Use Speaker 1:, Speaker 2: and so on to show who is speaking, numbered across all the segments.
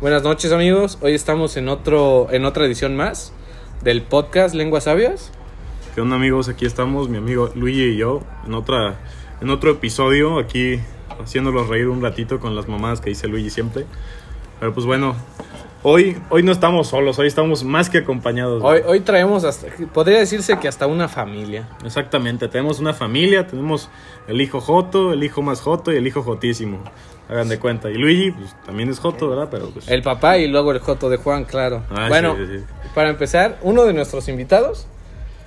Speaker 1: Buenas noches amigos, hoy estamos en otro en otra edición más del podcast Lenguas Sabias.
Speaker 2: ¿Qué onda amigos? Aquí estamos, mi amigo Luigi y yo, en, otra, en otro episodio, aquí haciéndolos reír un ratito con las mamadas que dice Luigi siempre. Pero pues bueno, hoy, hoy no estamos solos, hoy estamos más que acompañados. güey.
Speaker 1: Hoy hoy traemos hasta podría decirse que hasta una familia.
Speaker 2: Exactamente, tenemos una familia, tenemos el hijo Joto, el hijo más Joto y el hijo Jotísimo. Hagan de cuenta. Y Luigi pues, también es Joto, ¿verdad? Pero pues...
Speaker 1: El papá y luego el joto de Juan, claro.
Speaker 2: Ah,
Speaker 1: bueno,
Speaker 2: sí, sí, sí.
Speaker 1: para empezar, uno de nuestros invitados,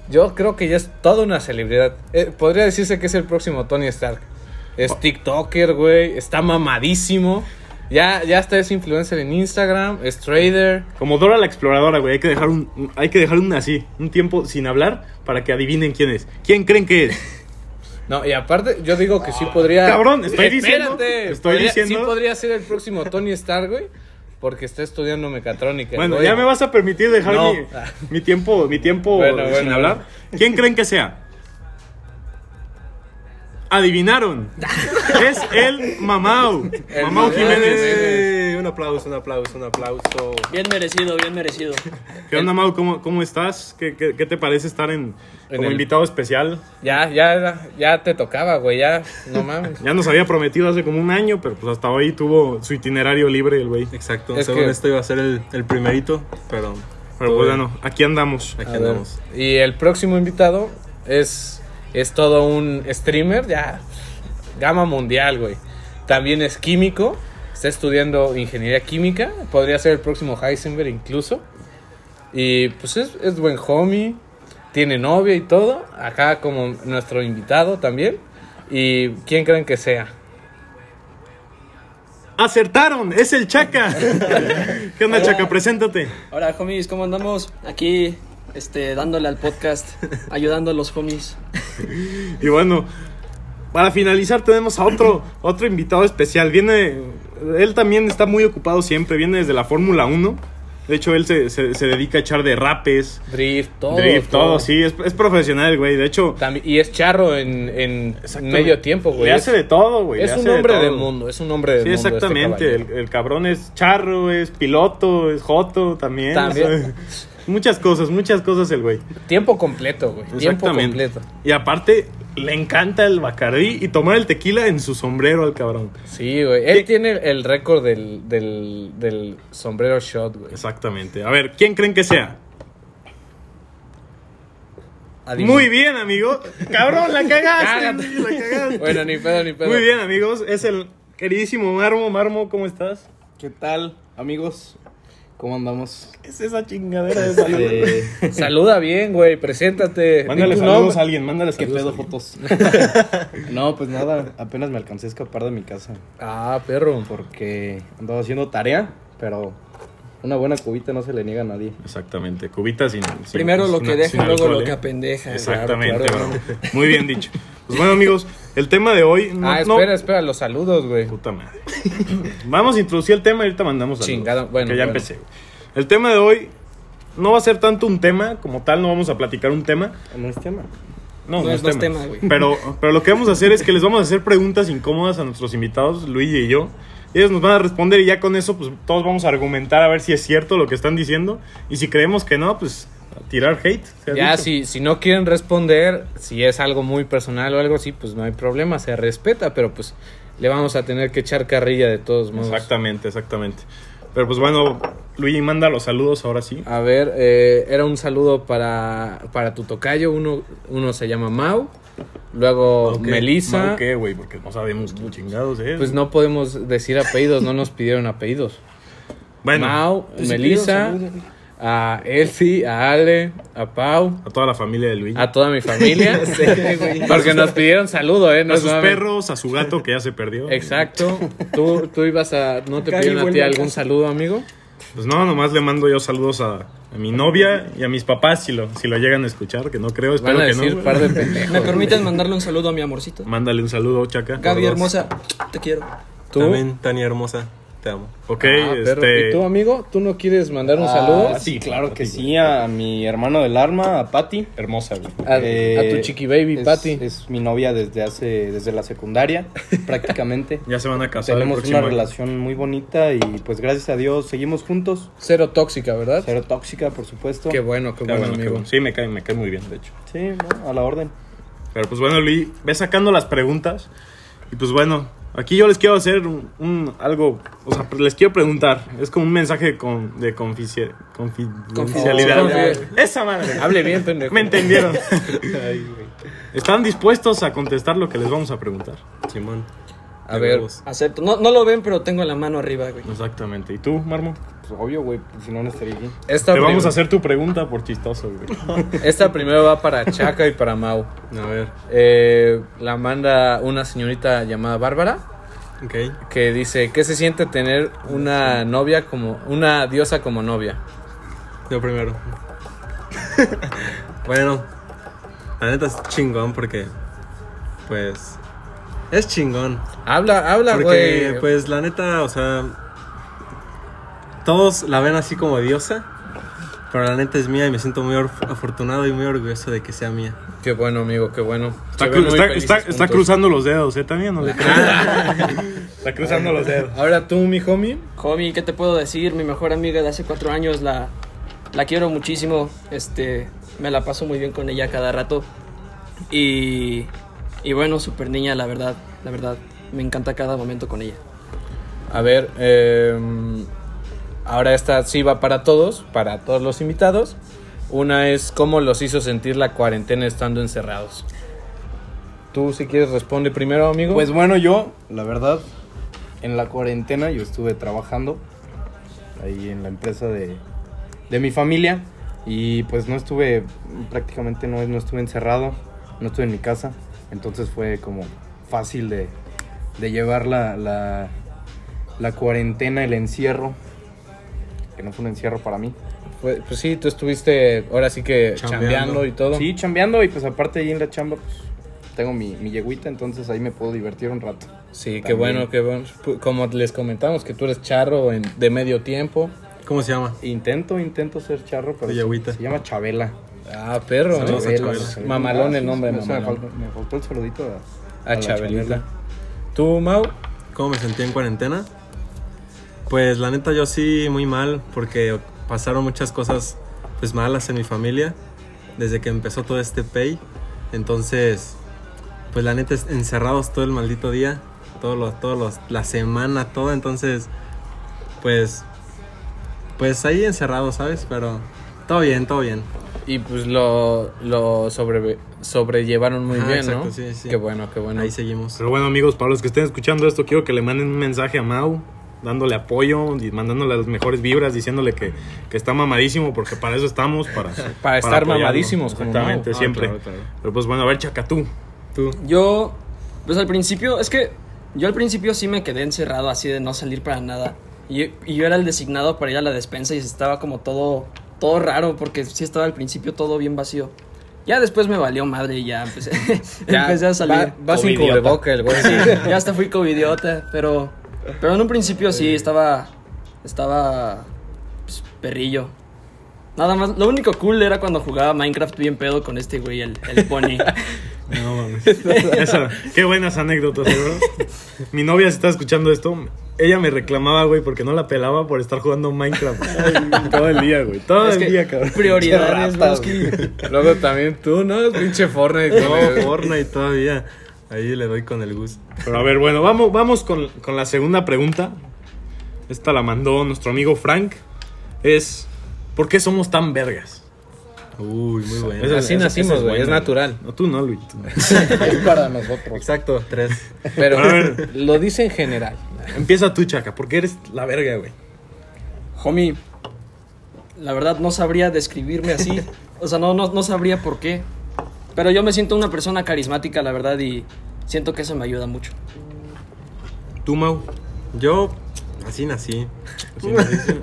Speaker 1: yo creo que ya es toda una celebridad. Eh, podría decirse que es el próximo Tony Stark.
Speaker 2: Oh.
Speaker 1: Es TikToker, güey, está mamadísimo. Ya, ya hasta es influencer en Instagram, es trader.
Speaker 2: Como Dora la exploradora, güey, hay que dejar un, un- hay que dejar un así, un tiempo sin hablar para que adivinen quién es. ¿Quién creen que es?
Speaker 1: No, y aparte, yo digo que sí podría.
Speaker 2: Cabrón, estoy diciendo,
Speaker 1: Espérate,
Speaker 2: estoy
Speaker 1: podría-
Speaker 2: diciendo.
Speaker 1: Sí podría ser el próximo Tony Stark, güey, porque está estudiando mecatrónica.
Speaker 2: Bueno,
Speaker 1: güey.
Speaker 2: ya me vas a permitir dejar
Speaker 1: No.
Speaker 2: mi, mi tiempo, mi tiempo
Speaker 1: Bueno,
Speaker 2: sin
Speaker 1: bueno,
Speaker 2: hablar. ¿Quién creen que sea? Adivinaron. es el Mamau. Mamau
Speaker 1: Mamau
Speaker 2: Jiménez.
Speaker 1: Jiménez.
Speaker 3: Eh, Un aplauso, un aplauso, un aplauso.
Speaker 4: Bien merecido, bien merecido.
Speaker 2: ¿Qué onda, Mau? ¿Cómo, cómo estás? ¿Qué, qué, qué te parece estar en,
Speaker 1: En
Speaker 2: como
Speaker 1: el-
Speaker 2: invitado especial?
Speaker 1: Ya, ya, era- ya te tocaba, güey, ya, no mames.
Speaker 2: Ya nos había prometido hace como un año, pero pues hasta hoy tuvo su itinerario libre el güey.
Speaker 3: Exacto,
Speaker 1: Es
Speaker 3: según
Speaker 1: que-
Speaker 3: esto iba a ser el, el primerito, pero.
Speaker 2: Pero
Speaker 3: todo
Speaker 2: pues
Speaker 3: bien.
Speaker 2: bueno, aquí andamos.
Speaker 3: Aquí
Speaker 1: A ver,
Speaker 3: andamos.
Speaker 1: Y el próximo invitado es, es todo un streamer, ya, gama mundial, güey. También es químico, está estudiando ingeniería química, podría ser el próximo Heisenberg incluso. Y pues es, es buen homie, tiene novia y todo, acá como nuestro invitado también. ¿Y quién creen que sea?
Speaker 2: ¡Acertaron! ¡Es el Chaca! ¿Qué onda, Chaca? Preséntate.
Speaker 4: Hola, homies, ¿cómo andamos? Aquí, este, dándole al podcast, ayudando a los homies.
Speaker 2: pues, Y bueno, para finalizar tenemos a otro, otro invitado especial. Viene, él también está muy ocupado siempre, viene desde la Fórmula 1. De hecho, él se, se- se dedica a echar derrapes,
Speaker 1: Drift, todo.
Speaker 2: drift, todo, sí. Es, es profesional, el güey. De hecho,
Speaker 1: Tambi- y es charro en, en medio tiempo, güey.
Speaker 2: le
Speaker 1: Es-
Speaker 2: hace de todo, güey.
Speaker 1: Es
Speaker 2: le
Speaker 1: un
Speaker 2: hace
Speaker 1: hombre del
Speaker 2: todo.
Speaker 1: mundo, es un hombre del
Speaker 2: Sí,
Speaker 1: mundo. este
Speaker 2: exactamente.
Speaker 1: caballero.
Speaker 2: el, el cabrón es charro, es piloto, es joto también.
Speaker 1: También.
Speaker 2: o sea, muchas cosas, muchas cosas el güey.
Speaker 1: Tiempo completo, güey. Tiempo
Speaker 2: Exactamente.
Speaker 1: completo.
Speaker 2: Y aparte, le encanta el bacardí y tomar el tequila en su sombrero al cabrón.
Speaker 1: Sí, güey. Él
Speaker 2: ¿Qué?
Speaker 1: tiene el récord del, del, del sombrero shot, güey.
Speaker 2: Exactamente. A ver, ¿quién creen que sea?
Speaker 1: Adivina.
Speaker 2: Muy bien, amigo. Cabrón, la cagaste.
Speaker 1: Cágate.
Speaker 2: la cagaste.
Speaker 1: Bueno, ni pedo, ni pedo.
Speaker 2: Muy bien, amigos. Es el queridísimo Marmo. Marmo, ¿cómo estás?
Speaker 5: ¿Qué tal, amigos? ¿Cómo andamos?
Speaker 2: ¿Qué es esa chingadera de salud?
Speaker 5: Eh,
Speaker 1: Saluda bien, güey. Preséntate.
Speaker 2: Mándale
Speaker 1: Di tu
Speaker 2: saludos
Speaker 1: nombre.
Speaker 2: a alguien, mándale
Speaker 5: ¿Qué
Speaker 2: saludos. a
Speaker 5: pedo,
Speaker 2: alguien.
Speaker 5: fotos? no, pues nada, apenas me alcancé a escapar de mi casa
Speaker 1: Ah, perro.
Speaker 5: porque andaba haciendo tarea, pero una buena cubita no se le niega a nadie.
Speaker 2: Exactamente, cubitas sin. sin-
Speaker 4: Primero lo
Speaker 2: sin-
Speaker 4: que
Speaker 2: sin
Speaker 4: deja, luego
Speaker 2: alcohol,
Speaker 4: lo
Speaker 2: ¿eh?
Speaker 4: que apendeja.
Speaker 2: Exactamente,
Speaker 1: Claro, claro.
Speaker 2: bro. Muy bien dicho. Pues bueno, amigos, el tema de hoy. no-
Speaker 1: ah,
Speaker 2: no-
Speaker 1: espera, espera, los saludos, güey.
Speaker 2: Puta madre. Vamos a introducir el tema y ahorita mandamos saludos.
Speaker 1: Chingado, bueno,
Speaker 2: Que ya
Speaker 1: bueno.
Speaker 2: empecé. güey. El tema de hoy no va a ser tanto un tema como tal, no vamos a platicar un tema.
Speaker 5: No es tema.
Speaker 2: No, no,
Speaker 4: No es-
Speaker 2: es
Speaker 4: no
Speaker 2: tema.
Speaker 4: es tema, güey.
Speaker 2: pero, pero lo que vamos a hacer es que les vamos a hacer preguntas incómodas a nuestros invitados, Luigi y yo. Y ellos nos van a responder y ya con eso, pues todos vamos a argumentar a ver si es cierto lo que están diciendo. Y si creemos que no, pues a tirar hate. se ha
Speaker 1: Ya,
Speaker 2: dicho.
Speaker 1: si, si no quieren responder, si es algo muy personal o algo así, pues no hay problema, se respeta, pero pues le vamos a tener que echar carrilla de todos modos.
Speaker 2: Exactamente, exactamente. Pero pues bueno, Luigi, manda los saludos ahora sí.
Speaker 1: A ver, eh, era un saludo para, para tu tocayo. Uno, uno se llama Mau, luego
Speaker 2: Ok,
Speaker 1: Melissa.
Speaker 2: ¿Mau ¿Qué, güey? Porque no sabemos quién chingados es.
Speaker 1: Pues no podemos decir apellidos, no nos pidieron apellidos.
Speaker 2: Bueno,
Speaker 1: Mau,
Speaker 4: Pues
Speaker 1: Melissa, a Elsie, a Ale, a Pau,
Speaker 2: a toda la familia de Luigi.
Speaker 1: a toda mi familia. porque nos pidieron saludo, ¿eh? No
Speaker 2: a
Speaker 1: es
Speaker 2: sus
Speaker 1: mame.
Speaker 2: perros, a su gato que ya se perdió.
Speaker 1: Exacto. ¿Tú, tú ibas a. ¿No te
Speaker 4: Cari,
Speaker 1: pidieron a ti
Speaker 4: vuelve a
Speaker 1: algún
Speaker 4: casa.
Speaker 1: saludo, amigo?
Speaker 2: Pues no, nomás le mando yo saludos a, a mi novia y a mis papás si lo, si lo llegan a escuchar, que no creo, espero
Speaker 1: Van a
Speaker 2: que
Speaker 1: decir
Speaker 2: no. güey.
Speaker 1: par de pendejos.
Speaker 4: ¿Me permiten mandarle un saludo a mi amorcito?
Speaker 2: Mándale un saludo, chaca.
Speaker 4: Gaby
Speaker 2: Por dos.
Speaker 4: hermosa, te quiero.
Speaker 1: ¿Tú?
Speaker 3: También, Tania hermosa. Te amo.
Speaker 2: Ok,
Speaker 1: Ah, perro.
Speaker 2: este.
Speaker 1: ¿Y tú, amigo? ¿Tú no quieres mandar un
Speaker 5: Ah,
Speaker 1: saludo?
Speaker 5: Sí, claro que sí. A mi hermano del arma, a Patty. Hermosa, güey.
Speaker 1: A,
Speaker 5: Eh,
Speaker 1: a tu chiqui baby,
Speaker 5: es-
Speaker 1: Patty.
Speaker 5: Es mi novia desde hace, desde la secundaria, prácticamente.
Speaker 2: Ya se van a casar. el
Speaker 5: Tenemos
Speaker 2: próximo
Speaker 5: una
Speaker 2: año.
Speaker 5: relación muy bonita y pues gracias a Dios seguimos juntos.
Speaker 1: Cero tóxica, ¿verdad?
Speaker 5: Cero tóxica, por supuesto.
Speaker 1: Qué bueno, qué
Speaker 2: Qué
Speaker 1: bueno,
Speaker 2: bueno, qué
Speaker 1: amigo.
Speaker 2: bueno. Sí, me cae, me cae muy bien, de hecho.
Speaker 5: Sí, no, a la orden.
Speaker 2: Pero pues bueno, Luis, ve sacando las preguntas. Y pues bueno, aquí yo les quiero hacer un, un- algo, o sea, les quiero preguntar. Es como un mensaje de, con, de confici- confidencialidad.
Speaker 1: Confidencial.
Speaker 2: Esa madre.
Speaker 1: Hable bien, pendejo.
Speaker 2: Me entendieron. ¿Están dispuestos a contestar lo que les vamos a preguntar?
Speaker 3: Simón.
Speaker 1: A ver,
Speaker 4: Acepto. No, no lo ven, pero tengo la mano arriba, güey.
Speaker 2: Exactamente. ¿Y tú, Marmo?
Speaker 5: Pues obvio, güey, pues, si no, no estaría aquí.
Speaker 1: esta,
Speaker 2: Te vamos
Speaker 1: prim-
Speaker 2: a hacer tu pregunta por chistoso, güey.
Speaker 1: esta primero va para Chaca y para Mau.
Speaker 3: A ver.
Speaker 1: Eh, la manda una señorita llamada Bárbara
Speaker 3: Ok.
Speaker 1: que dice, ¿qué se siente tener una novia como, una diosa como novia?
Speaker 3: Yo primero. bueno. La neta es chingón porque. Pues. Es chingón.
Speaker 1: Habla, habla,
Speaker 3: Porque,
Speaker 1: Ah, güey.
Speaker 3: pues, la neta, o sea. Todos la ven así como diosa. Pero la neta es mía y me siento muy or- afortunado y muy orgulloso de que sea mía.
Speaker 1: Qué bueno, amigo, qué bueno.
Speaker 2: Está,
Speaker 1: Se
Speaker 2: cru-
Speaker 1: ven muy
Speaker 2: está-
Speaker 1: felices
Speaker 2: está- está
Speaker 1: juntos.
Speaker 2: cruzando los dedos, ¿eh? También no le creo. Está cruzando los dedos.
Speaker 1: Ahora tú, mi homie.
Speaker 4: Homie, ¿qué te puedo decir? Mi mejor amiga de hace cuatro años, la, la quiero muchísimo. Este, me la paso muy bien con ella cada rato. Y, y bueno, super niña, la verdad, la verdad. Me encanta cada momento con ella.
Speaker 1: A ver, eh, ahora esta sí va para todos, para todos los invitados. Una es cómo los hizo sentir la cuarentena estando encerrados. Tú, si quieres, responde primero, amigo.
Speaker 5: Pues bueno, yo, la verdad, en la cuarentena yo estuve trabajando ahí en la empresa de, de mi familia y pues no estuve, prácticamente no, no estuve encerrado, no estuve en mi casa, entonces fue como fácil de, de llevar la, la, la cuarentena, el encierro, que no fue un encierro para mí.
Speaker 1: Pues, pues sí, tú estuviste ahora sí que
Speaker 3: Chambeando.
Speaker 1: chambeando y todo.
Speaker 5: Sí, chambeando y pues aparte ahí en la chamba pues, tengo mi, mi yeguita, entonces ahí me puedo divertir un rato.
Speaker 1: Sí, qué
Speaker 5: También.
Speaker 1: bueno, qué bueno. Pu- Como les comentamos, que tú eres charro en- de medio tiempo.
Speaker 3: ¿Cómo se llama?
Speaker 5: Intento, intento ser charro, pero
Speaker 3: De
Speaker 5: se-
Speaker 3: yagüita.
Speaker 5: se llama Chabela.
Speaker 1: Ah, perro. ¿eh?
Speaker 3: Saludos a Chabela.
Speaker 1: Mamalón el nombre,
Speaker 5: me, me,
Speaker 1: mamalón.
Speaker 5: faltó, me faltó el saludito a,
Speaker 1: A,
Speaker 5: la
Speaker 1: Chabelita. Tú, Mau.
Speaker 3: ¿Cómo me sentí en cuarentena? Pues la neta yo sí muy mal porque pasaron muchas cosas pues malas en mi familia desde que empezó todo este pay. Entonces, pues la neta es- encerrados todo el maldito día, todos los todos los la semana toda, entonces pues pues ahí encerrados, ¿sabes? Pero todo bien, todo bien.
Speaker 1: Y pues lo, lo sobre, sobrellevaron muy
Speaker 3: Ajá,
Speaker 1: bien,
Speaker 3: exacto,
Speaker 1: ¿no?
Speaker 3: sí, sí.
Speaker 1: Qué bueno, qué bueno.
Speaker 3: Ahí seguimos.
Speaker 2: Pero bueno, amigos, para los que estén escuchando esto, quiero que le manden un mensaje a Mau, dándole apoyo y mandándole las mejores vibras, diciéndole que, que está mamadísimo, porque para eso estamos, para,
Speaker 1: Para estar
Speaker 2: apoyarlo.
Speaker 1: mamadísimos como
Speaker 2: Exactamente,
Speaker 1: Mau.
Speaker 3: Ah,
Speaker 2: siempre.
Speaker 3: claro, claro.
Speaker 2: Pero pues bueno, a ver, Chacatú.
Speaker 3: Tú.
Speaker 4: Yo, pues al principio, es que yo al principio sí me quedé encerrado así de no salir para nada. Y, y yo era el designado para ir a la despensa y estaba como todo, todo raro porque sí estaba al principio todo bien vacío. Ya después me valió madre y ya empecé,
Speaker 1: Ya,
Speaker 4: empecé a salir.
Speaker 1: va- va sin
Speaker 2: Covidiota.
Speaker 1: cubreboca el güey.
Speaker 4: Sí, ya hasta fui covidiota, pero, pero en un principio sí, estaba, estaba pues, perrillo. Nada más, lo único cool era cuando jugaba Minecraft bien pedo con este güey, el, el pony.
Speaker 3: No mames.
Speaker 2: Esa- qué buenas anécdotas, ¿eh, bro? Mi novia se está escuchando esto. Ella me reclamaba, güey, porque no la pelaba por estar jugando Minecraft. todo el día, güey. Todo
Speaker 4: Es
Speaker 2: el
Speaker 4: que
Speaker 2: día, cabrón.
Speaker 4: prioridades,
Speaker 5: Qué rata,
Speaker 4: más que-
Speaker 1: Luego también tú, ¿no? El pinche Fortnite.
Speaker 3: No,
Speaker 1: con el-
Speaker 3: Fortnite todavía. Ahí le doy con el gusto.
Speaker 2: Pero a ver, bueno, vamos, vamos con, con la segunda pregunta. Esta la mandó nuestro amigo Frank. Es, ¿por qué somos tan vergas?
Speaker 3: Uy, muy bueno.
Speaker 2: Esa-
Speaker 1: Así
Speaker 2: esa-
Speaker 1: nacimos,
Speaker 2: esa es
Speaker 1: güey, es
Speaker 2: buena.
Speaker 1: natural.
Speaker 2: No, tú no, Luis. tú no.
Speaker 5: chilena. Es para nosotros.
Speaker 3: Exacto, tres.
Speaker 1: Pero
Speaker 2: A ver.
Speaker 1: lo dice en general.
Speaker 2: Empieza tú, Chaca, porque eres la verga, güey.
Speaker 4: Homie, la verdad no sabría describirme así. O sea, no, no, no sabría por qué. Pero yo me siento una persona carismática, la verdad, y siento que eso me ayuda mucho.
Speaker 2: Tú, Mau.
Speaker 3: Yo así nací.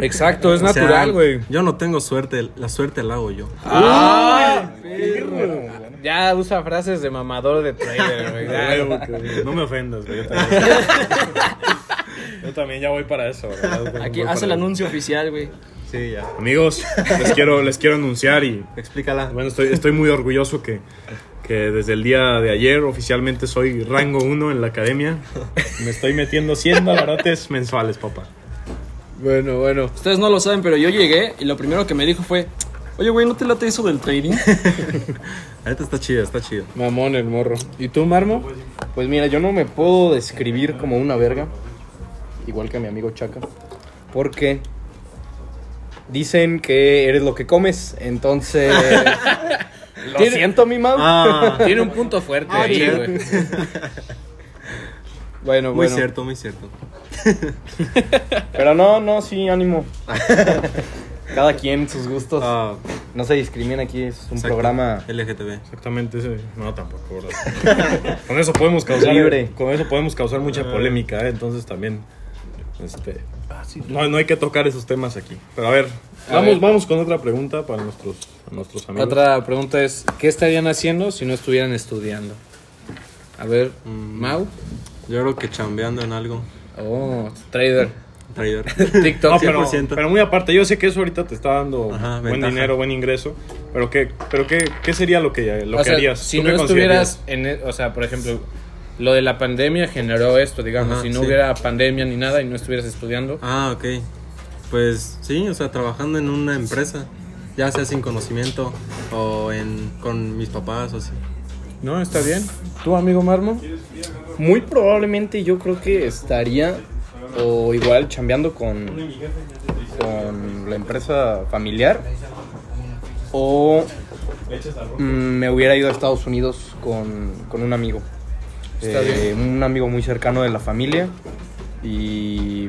Speaker 1: Exacto, es
Speaker 3: O sea,
Speaker 1: natural, güey.
Speaker 3: Yo no tengo suerte, la suerte la hago yo. ¡Ah!
Speaker 1: Ya usa frases de mamador de trailer, güey. ya.
Speaker 2: No me ofendas, güey. yo te- Yo también ya voy para eso, ¿verdad?
Speaker 4: Aquí
Speaker 2: Voy
Speaker 4: hace el
Speaker 2: para-
Speaker 4: anuncio oficial, güey.
Speaker 3: Sí, ya.
Speaker 2: Amigos, les quiero, les quiero anunciar y
Speaker 3: Explícala.
Speaker 2: bueno, estoy, estoy muy orgulloso que, que desde el día de ayer oficialmente soy rango 1 en la academia. Me estoy metiendo 100 dolarotes mensuales, papá.
Speaker 1: Bueno, bueno.
Speaker 4: Ustedes no lo saben, pero yo llegué y lo primero que me dijo fue, oye, güey, ¿no te late eso del trading?
Speaker 3: Ahorita está chido, está chido.
Speaker 1: Mamón el morro. ¿Y tú, Marmo?
Speaker 5: Pues mira, yo no me puedo describir como una verga, igual que mi amigo Chaca, porque dicen que eres lo que comes, entonces... lo
Speaker 1: Tiene-
Speaker 5: siento, mi mamá.
Speaker 3: Ah,
Speaker 1: Tiene un punto fuerte
Speaker 3: Ah,
Speaker 1: ahí,
Speaker 3: ya.
Speaker 1: güey.
Speaker 5: Bueno,
Speaker 3: muy
Speaker 5: bueno.
Speaker 3: cierto, muy cierto.
Speaker 5: Pero no, no, sí, ánimo. Cada quien sus gustos.
Speaker 3: Ah,
Speaker 5: No se discrimina aquí, es un
Speaker 3: exacto.
Speaker 5: programa
Speaker 3: LGTB.
Speaker 2: Exactamente, ese- no tampoco, ¿verdad? Con eso podemos causar
Speaker 5: Libre.
Speaker 2: con eso podemos causar mucha polémica, ¿eh? entonces también este no, no hay que tocar esos temas aquí. Pero a ver,
Speaker 1: A
Speaker 2: vamos
Speaker 1: ver.
Speaker 2: vamos con otra pregunta para nuestros nuestros amigos.
Speaker 1: Otra pregunta es, ¿qué estarían haciendo si no estuvieran estudiando? A ver, Mau.
Speaker 3: Yo creo que chambeando en algo.
Speaker 1: Oh, trader.
Speaker 3: Traidor.
Speaker 1: TikTok.
Speaker 2: No, pero,
Speaker 3: 100%.
Speaker 2: pero muy aparte, yo sé que eso ahorita te está dando
Speaker 3: Ajá,
Speaker 2: buen
Speaker 3: ventaja.
Speaker 2: dinero, buen ingreso, pero ¿qué, pero qué, qué sería lo que, lo
Speaker 1: O
Speaker 2: que
Speaker 1: sea,
Speaker 2: harías?
Speaker 1: si
Speaker 2: ¿Tú
Speaker 1: no
Speaker 2: qué
Speaker 1: estuvieras en, e- o sea, por ejemplo, lo de la pandemia generó esto, digamos,
Speaker 3: Ajá,
Speaker 1: si no
Speaker 3: sí.
Speaker 1: hubiera pandemia ni nada y no estuvieras estudiando,
Speaker 3: Ah, ok. Pues sí, o sea, trabajando en una empresa, ya sea sin conocimiento o en, con mis papás o así.
Speaker 1: no, está bien. ¿Tú, amigo Marmo?
Speaker 5: Muy probablemente yo creo que estaría o igual chambeando con, con la empresa familiar o mm, me hubiera ido a Estados Unidos con, con un amigo.
Speaker 1: Está
Speaker 5: Eh, Un amigo muy cercano de la familia y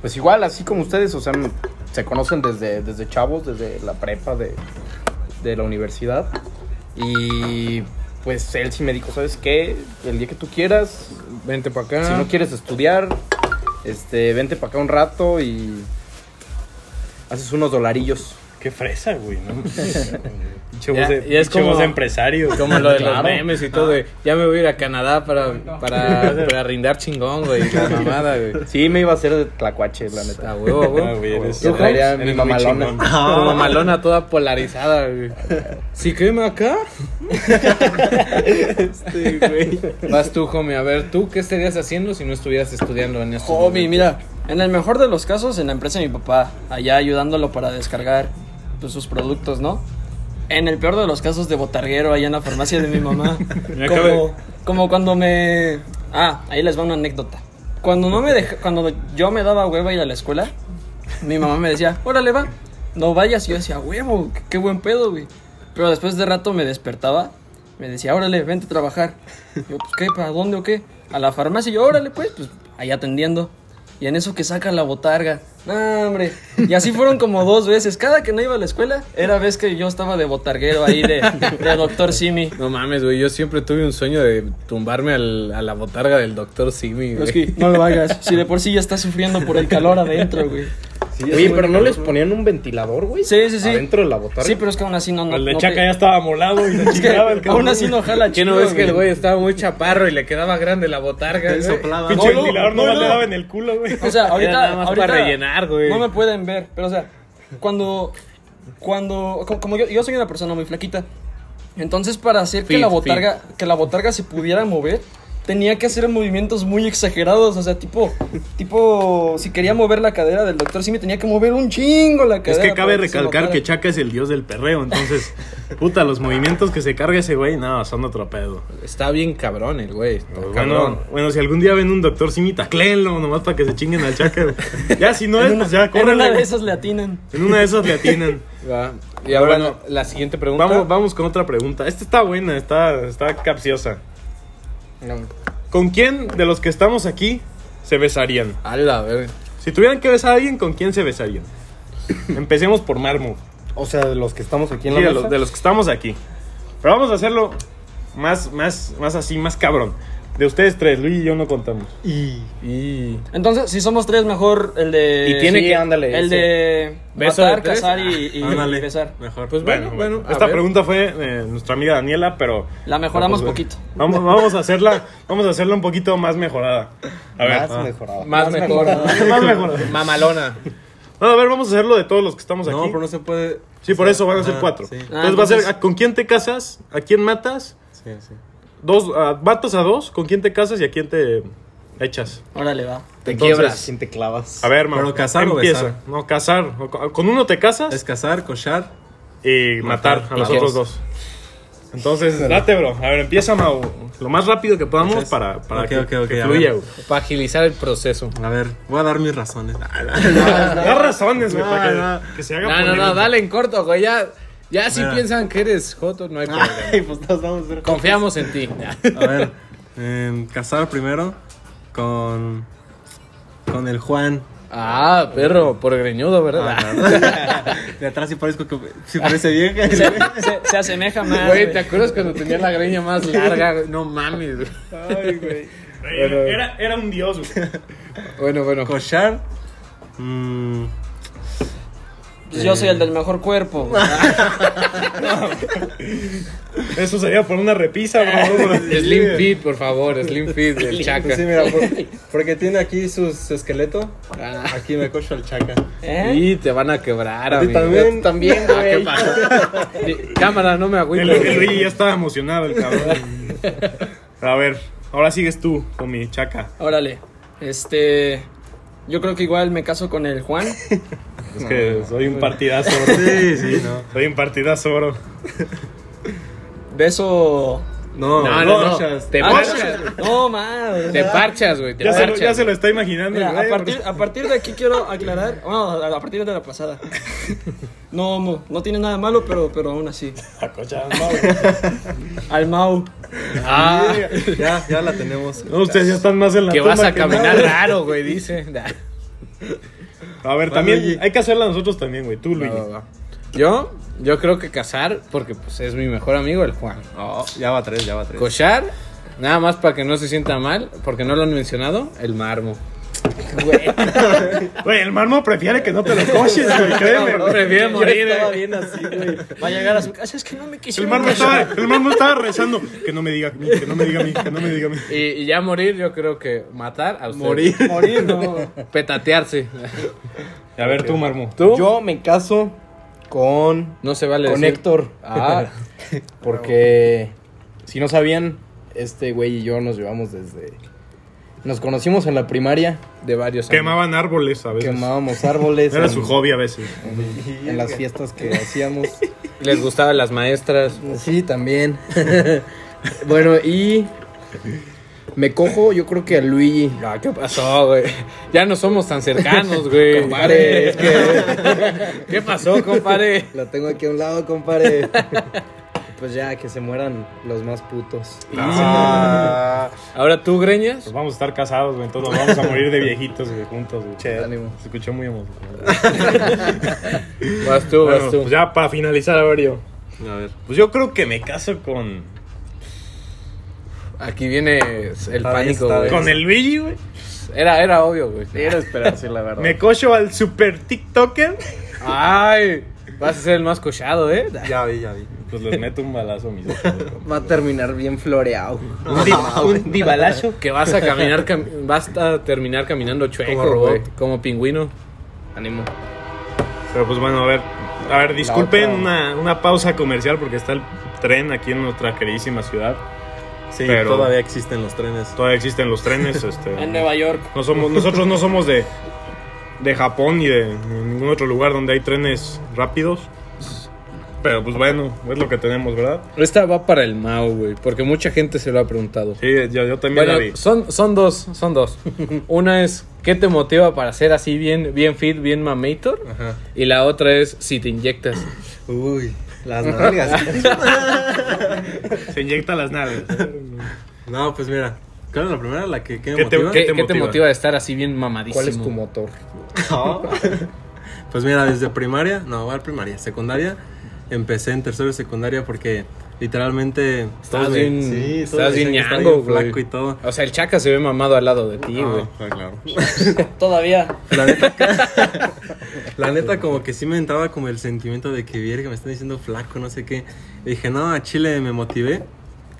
Speaker 5: pues igual, así como ustedes, o sea, m- se conocen desde, desde chavos, desde la prepa de, de la universidad. Y pues él sí me dijo, ¿sabes qué? El día que tú quieras,
Speaker 1: Vente para
Speaker 3: Ah.
Speaker 1: acá.
Speaker 5: si no quieres estudiar, este, vente para acá un rato y haces unos dolarillos.
Speaker 2: Qué fresa, güey, ¿no? Pinche
Speaker 1: Ya-
Speaker 2: voz de-
Speaker 1: ya es
Speaker 2: pinche voz
Speaker 1: como-
Speaker 2: de empresario.
Speaker 1: como lo de los
Speaker 5: Claro.
Speaker 1: memes y todo, de, ya me voy a ir a Canadá para, para, para rindar chingón, güey, la mamada, güey.
Speaker 5: Sí, me iba a hacer de tlacuache, la
Speaker 1: A
Speaker 5: neta.
Speaker 1: huevo,
Speaker 2: Ah,
Speaker 1: güey.
Speaker 2: güey, eres-
Speaker 5: Yo traería mi
Speaker 2: eres muy
Speaker 5: mamalona.
Speaker 2: chingón.
Speaker 1: Tu mamalona toda polarizada, güey. Si quema acá.
Speaker 5: Este,
Speaker 1: Vas tú, homie. A ver, ¿tú qué estarías haciendo si no estuvieras estudiando en esto?
Speaker 4: Homie, mira, en el mejor de los casos, en la empresa de mi papá, allá ayudándolo para descargar pues, sus productos, ¿no? En el peor de los casos, de botarguero, allá en la farmacia de mi mamá.
Speaker 2: Me acabé.
Speaker 4: como, como cuando me... Ah, ahí les va una anécdota. Cuando, no me deja- cuando yo me daba hueva ir a la escuela, mi mamá me decía, órale, va, no vayas. Y yo decía, huevo, qué, qué buen pedo, güey. Pero después de rato me despertaba, me decía, órale, vente a trabajar. Yo, pues, ¿qué? ¿Para dónde o qué? A la farmacia. Y yo, órale, pues, pues, ahí atendiendo. Y en eso que saca la botarga. No, hombre. Y así fueron como dos veces. Cada que no iba a la escuela, era vez que yo estaba de botarguero ahí de, de doctor Simi.
Speaker 1: No mames, güey. Yo siempre tuve un sueño de tumbarme al- a la botarga del doctor Simi, güey.
Speaker 4: Es que no lo hagas. Si de por sí ya estás sufriendo por el calor adentro, güey.
Speaker 5: Oye, pero no les ponían un ventilador, güey.
Speaker 4: Sí, sí, sí.
Speaker 5: Adentro de la botarga.
Speaker 4: Sí, pero es que aún así no. no
Speaker 2: El de
Speaker 4: no
Speaker 2: Chaca
Speaker 4: te-
Speaker 2: ya estaba molado y la
Speaker 4: Es que
Speaker 2: chingaba el cabrón.
Speaker 4: aún así no jala
Speaker 1: ¿Qué
Speaker 4: chido.
Speaker 1: no ves que el güey
Speaker 4: güey?
Speaker 1: estaba muy chaparro y le quedaba grande la botarga,
Speaker 3: Él
Speaker 1: güey?
Speaker 3: soplaba.
Speaker 2: Pinche
Speaker 4: No, no,
Speaker 2: ventilador no,
Speaker 4: no,
Speaker 2: más
Speaker 4: no.
Speaker 2: le daba en el culo, güey.
Speaker 4: O sea, ahorita.
Speaker 1: Era nada más
Speaker 4: ahorita
Speaker 1: para rellenar, güey.
Speaker 4: No me pueden ver, pero o sea, cuando. Cuando. co- Como yo, yo soy una persona muy flaquita. Entonces, para hacer que
Speaker 1: Fit,
Speaker 4: la botarga. Que la botarga se pudiera mover. Tenía que hacer movimientos muy exagerados. O sea, tipo. Tipo. Si quería mover la cadera del doctor, sí me tenía que mover un chingo la
Speaker 2: Es
Speaker 4: cadera.
Speaker 2: que cabe
Speaker 4: para se
Speaker 2: recalcar que
Speaker 4: notara.
Speaker 2: Chaca es el dios del perreo, entonces, puta, los movimientos que se carga ese güey, no, son otro pedo.
Speaker 1: Está bien cabrón el güey. está
Speaker 2: Pues
Speaker 1: Ah, cabrón.
Speaker 2: Bueno, bueno, si algún día ven un doctor Simi, tacléenlo nomás para que se chinguen al Chaca. güey. Ya, si no es, pues ya,
Speaker 4: En una
Speaker 2: córrele.
Speaker 4: de
Speaker 2: güey.
Speaker 4: esas le atinan.
Speaker 2: En una de esas le atinan.
Speaker 1: Va. Y ahora
Speaker 2: Bueno,
Speaker 1: la- la siguiente pregunta.
Speaker 2: Vamos, vamos con otra pregunta. Esta está buena, está, está capciosa.
Speaker 5: No.
Speaker 2: ¿Con quién de los que estamos aquí se besarían?
Speaker 1: Ala, a ver.
Speaker 2: Si tuvieran que besar a alguien, ¿con quién se besarían? Empecemos por Marmo.
Speaker 5: O sea, de los que estamos aquí en
Speaker 2: Sí,
Speaker 5: la
Speaker 2: de,
Speaker 5: mesa.
Speaker 2: los, de los que estamos aquí. Pero vamos a hacerlo más, más, más así, más cabrón. De ustedes tres, Luis y yo no contamos.
Speaker 3: Y
Speaker 1: Y.
Speaker 4: Entonces, si somos tres, mejor el de.
Speaker 1: Y tiene
Speaker 5: Sí,
Speaker 1: que-
Speaker 5: ándale.
Speaker 4: El
Speaker 5: ese.
Speaker 4: de.
Speaker 1: Beso
Speaker 4: matar,
Speaker 1: de tres.
Speaker 4: cazar y, y-
Speaker 3: ándale,
Speaker 4: y besar.
Speaker 3: mejor.
Speaker 1: Pues bueno, bueno. a
Speaker 2: Esta
Speaker 1: ver.
Speaker 2: pregunta fue eh, nuestra amiga Daniela, pero.
Speaker 4: La
Speaker 2: Vamos
Speaker 4: mejoramos
Speaker 2: a-
Speaker 4: poquito.
Speaker 2: Vamos, vamos a hacerla, vamos a hacerla un poquito más mejorada. A ver.
Speaker 5: Más
Speaker 2: ah.
Speaker 5: mejorado.
Speaker 1: Más mejor. ¿no?
Speaker 2: Más mejorada.
Speaker 1: Mamalona.
Speaker 2: No, a ver, vamos a hacerlo de todos los que estamos aquí.
Speaker 3: no, pero no se puede.
Speaker 2: Sí, por
Speaker 3: o sea,
Speaker 2: eso van a ser
Speaker 3: ajá,
Speaker 2: cuatro.
Speaker 3: Sí,
Speaker 2: Entonces,
Speaker 4: Ah,
Speaker 2: va a
Speaker 4: entonces-
Speaker 2: ser ¿a- con quién te casas, a quién matas,
Speaker 3: sí, sí.
Speaker 2: dos, a- matas a dos, con quién te casas y a quién te echas.
Speaker 4: Órale, va.
Speaker 5: Te
Speaker 2: Entonces-
Speaker 5: quiebras. Sin te clavas.
Speaker 2: A ver, mano.
Speaker 3: Pero casar o
Speaker 2: empieza.
Speaker 3: besar.
Speaker 2: No, casar. O co- Con uno te casas
Speaker 3: Es cazar, cochar.
Speaker 2: y matar a
Speaker 3: Matar.
Speaker 2: los
Speaker 3: Los
Speaker 2: otros dos. Entonces, date, bro. A ver, empieza, Mau. Lo más rápido que podamos
Speaker 3: Entonces,
Speaker 2: para, para
Speaker 3: ok,
Speaker 2: que,
Speaker 3: ok, ok,
Speaker 2: que
Speaker 3: a
Speaker 2: fluya,
Speaker 3: ver.
Speaker 2: güey.
Speaker 1: Para agilizar el proceso.
Speaker 3: A ver, voy a dar mis razones.
Speaker 2: Da razones, güey,
Speaker 3: No,
Speaker 2: para que,
Speaker 3: no.
Speaker 2: que se
Speaker 1: No,
Speaker 2: haga
Speaker 1: no,
Speaker 2: polémica.
Speaker 1: no, dale en corto, güey. Ya, ya si
Speaker 3: Mira.
Speaker 1: piensan que eres Joto, no hay problema.
Speaker 5: Ay, pues nos vamos a hacer.
Speaker 1: Confiamos en ti.
Speaker 3: A ver, em, cazar primero con. Con el Juan. Ah,
Speaker 1: Ah, perro, por greñudo, ¿verdad?
Speaker 3: De atrás sí parezco que. Sí parece vieja.
Speaker 4: Se, se asemeja más.
Speaker 1: Güey,
Speaker 4: güey.
Speaker 1: ¿te acuerdas cuando tenía la greña más larga? güey? No mames. güey.
Speaker 2: Güey, Era, era un dios, güey.
Speaker 1: Bueno, bueno.
Speaker 3: Cochar. mm,
Speaker 4: Pues Yo soy el del mejor cuerpo. güey.
Speaker 2: Eso sería por una repisa, bro.
Speaker 1: Slim Fit, por favor, Slim Fit del Chaca.
Speaker 3: pues Sí, mira, por- porque tiene aquí su, su esqueleto.
Speaker 1: Ah.
Speaker 3: Aquí me cocho al chaca.
Speaker 4: ¿Eh?
Speaker 1: Y te van a quebrar,
Speaker 3: A ti
Speaker 1: amigo.
Speaker 3: también. Ah,
Speaker 1: Yo También, güey. ¿Qué pasa? Ni- Cámara, no me agüito.
Speaker 2: El, el Luigi ya estaba emocionado, el cabrón. A ver, ahora sigues tú con mi chaca.
Speaker 4: Órale. Este. Yo creo que igual me caso con el Juan.
Speaker 2: Es que soy un partidazo, bro.
Speaker 3: Ah, Sí, sí, no.
Speaker 2: Soy un partidazo, bro.
Speaker 4: Beso.
Speaker 3: No,
Speaker 1: No, no, no.
Speaker 3: cochas.
Speaker 1: Te
Speaker 4: Ah,
Speaker 1: parchas.
Speaker 4: No, madre.
Speaker 1: Te parchas, güey. Te
Speaker 2: Ya se, lo,
Speaker 1: parchas.
Speaker 2: ya se lo está imaginando.
Speaker 4: Mira,
Speaker 2: el
Speaker 4: a,
Speaker 2: güey,
Speaker 4: partir,
Speaker 2: bro.
Speaker 4: a partir de aquí quiero aclarar. Bueno, a, a partir de la pasada. No, mo- no tiene nada malo, pero, pero aún así. Al Mau.
Speaker 1: Ah,
Speaker 3: Ya, ya la tenemos.
Speaker 2: No, ustedes ya están más en la
Speaker 1: que
Speaker 2: tumba
Speaker 1: vas a caminar
Speaker 2: nada.
Speaker 1: raro, güey, dice. Nah.
Speaker 2: A ver,
Speaker 3: Va,
Speaker 2: también
Speaker 3: Luigi.
Speaker 2: hay que hacerla nosotros también, güey. Tú, Luigi.
Speaker 1: Va, va, va. Yo, yo creo que cazar, porque pues es mi mejor amigo el Juan.
Speaker 3: Oh, ya va tres, ya va tres.
Speaker 1: Cochar, nada más para que no se sienta mal, porque no lo han mencionado, el marmo.
Speaker 2: Güey, el marmo prefiere que no te lo coches, güey. Créeme, güey.
Speaker 1: Prefiere morir,
Speaker 3: Estaba
Speaker 1: eh.
Speaker 3: bien así, güey.
Speaker 4: Va a llegar a su casa. Es que no me
Speaker 2: El
Speaker 4: quisieron.
Speaker 2: marmo, estaba, el marmo estaba rezando. Que no me diga a mí, que no me diga a mí, que no me diga a mí.
Speaker 1: Y, y ya morir, yo creo que matar a usted.
Speaker 3: Morir.
Speaker 5: Morir, no.
Speaker 1: Petatearse.
Speaker 2: A ver, tú, marmo.
Speaker 1: ¿Tú?
Speaker 5: Yo me caso con.
Speaker 1: no se vale
Speaker 5: con
Speaker 1: decir.
Speaker 5: Héctor.
Speaker 1: Ah,
Speaker 5: Porque si no sabían, este güey y yo nos llevamos desde. Nos conocimos en la primaria,
Speaker 1: de varios años.
Speaker 2: Quemaban árboles a veces.
Speaker 5: quemábamos árboles.
Speaker 2: Era
Speaker 5: en,
Speaker 2: su hobby a veces.
Speaker 5: en las fiestas que hacíamos.
Speaker 1: Les gustaban las maestras.
Speaker 5: Sí, también. bueno, y. Me cojo, yo creo que a Luigi.
Speaker 1: Ah, ¿qué pasó, güey? Ya no somos tan cercanos, güey.
Speaker 5: Compadre, es
Speaker 1: que... ¿Qué pasó, compadre?
Speaker 5: La tengo aquí a un lado, compadre. pues ya, que se mueran los más putos.
Speaker 2: Ah.
Speaker 1: Ahora tú, Greñas.
Speaker 2: Pues vamos a estar casados, güey. Entonces nos vamos a morir de viejitos, güey, juntos, güey.
Speaker 5: ánimo.
Speaker 2: Se escuchó muy emocionante.
Speaker 1: Vas tú,
Speaker 2: Bueno,
Speaker 1: vas tú.
Speaker 2: pues ya para finalizar, a ver yo.
Speaker 3: A ver.
Speaker 2: Pues yo creo que me caso con.
Speaker 1: Aquí viene el
Speaker 3: Ahí
Speaker 1: pánico,
Speaker 3: está,
Speaker 1: güey.
Speaker 2: Con el Luigi, güey.
Speaker 1: Era, era obvio, güey.
Speaker 5: Era esperarse, la verdad.
Speaker 2: Me cocho al super TikToker.
Speaker 1: Ay, vas a ser el más cochado, ¿eh?
Speaker 3: Ya vi, ya vi.
Speaker 2: Pues les meto un balazo a mis ojos, güey.
Speaker 5: Va a terminar bien floreado.
Speaker 1: Un, di- un divalazo. Que vas a caminar, cam- vas a terminar caminando chueco,
Speaker 3: Como
Speaker 1: güey.
Speaker 3: robot.
Speaker 1: Como pingüino.
Speaker 5: Ánimo.
Speaker 2: Pero pues bueno, a ver. A ver, disculpen
Speaker 5: otra.
Speaker 2: una, una pausa comercial porque está el tren aquí en nuestra queridísima ciudad.
Speaker 3: Sí,
Speaker 2: Pero-
Speaker 3: todavía existen los trenes.
Speaker 2: Todavía existen los trenes, este.
Speaker 4: En Nueva York.
Speaker 2: No somos, nosotros no somos de, de Japón ni de ningún otro lugar donde hay trenes rápidos. Pero pues bueno, es lo que tenemos, ¿verdad?
Speaker 1: Esta va para el Mao, güey. Porque mucha gente se lo ha preguntado.
Speaker 2: Sí, yo, yo también la vi.
Speaker 1: Bueno, son, son dos, son dos. Una es, ¿qué te motiva para ser así bien, bien fit, bien mamator?
Speaker 3: Ajá.
Speaker 1: Y la otra es, si te inyectas.
Speaker 3: Uy, las nalgas.
Speaker 2: Se inyecta las naves.
Speaker 3: no, pues mira. ¿Cuál es la primera? La que, que me
Speaker 2: ¿Qué te-
Speaker 3: motiva?
Speaker 1: ¿Qué, qué
Speaker 2: te
Speaker 1: te
Speaker 2: motiva?
Speaker 1: motiva de estar así bien mamadísimo?
Speaker 5: ¿Cuál es tu motor?
Speaker 3: Pues mira, desde primaria, no, igual primaria, secundaria, empecé en tercero de secundaria porque Literalmente.
Speaker 1: Estás
Speaker 3: todos me-
Speaker 1: bien-
Speaker 3: sí,
Speaker 1: estás
Speaker 3: todos me
Speaker 1: bien
Speaker 3: decían que estaba
Speaker 1: ñango, güey.
Speaker 3: flaco y todo.
Speaker 1: O sea, el chaca se ve mamado al lado de ti, güey.
Speaker 2: Ah, claro.
Speaker 4: Todavía.
Speaker 3: La neta, la neta como que sí me entraba como el sentimiento de que viera que me están diciendo flaco, no sé qué. Y dije, no, a Chile me motivé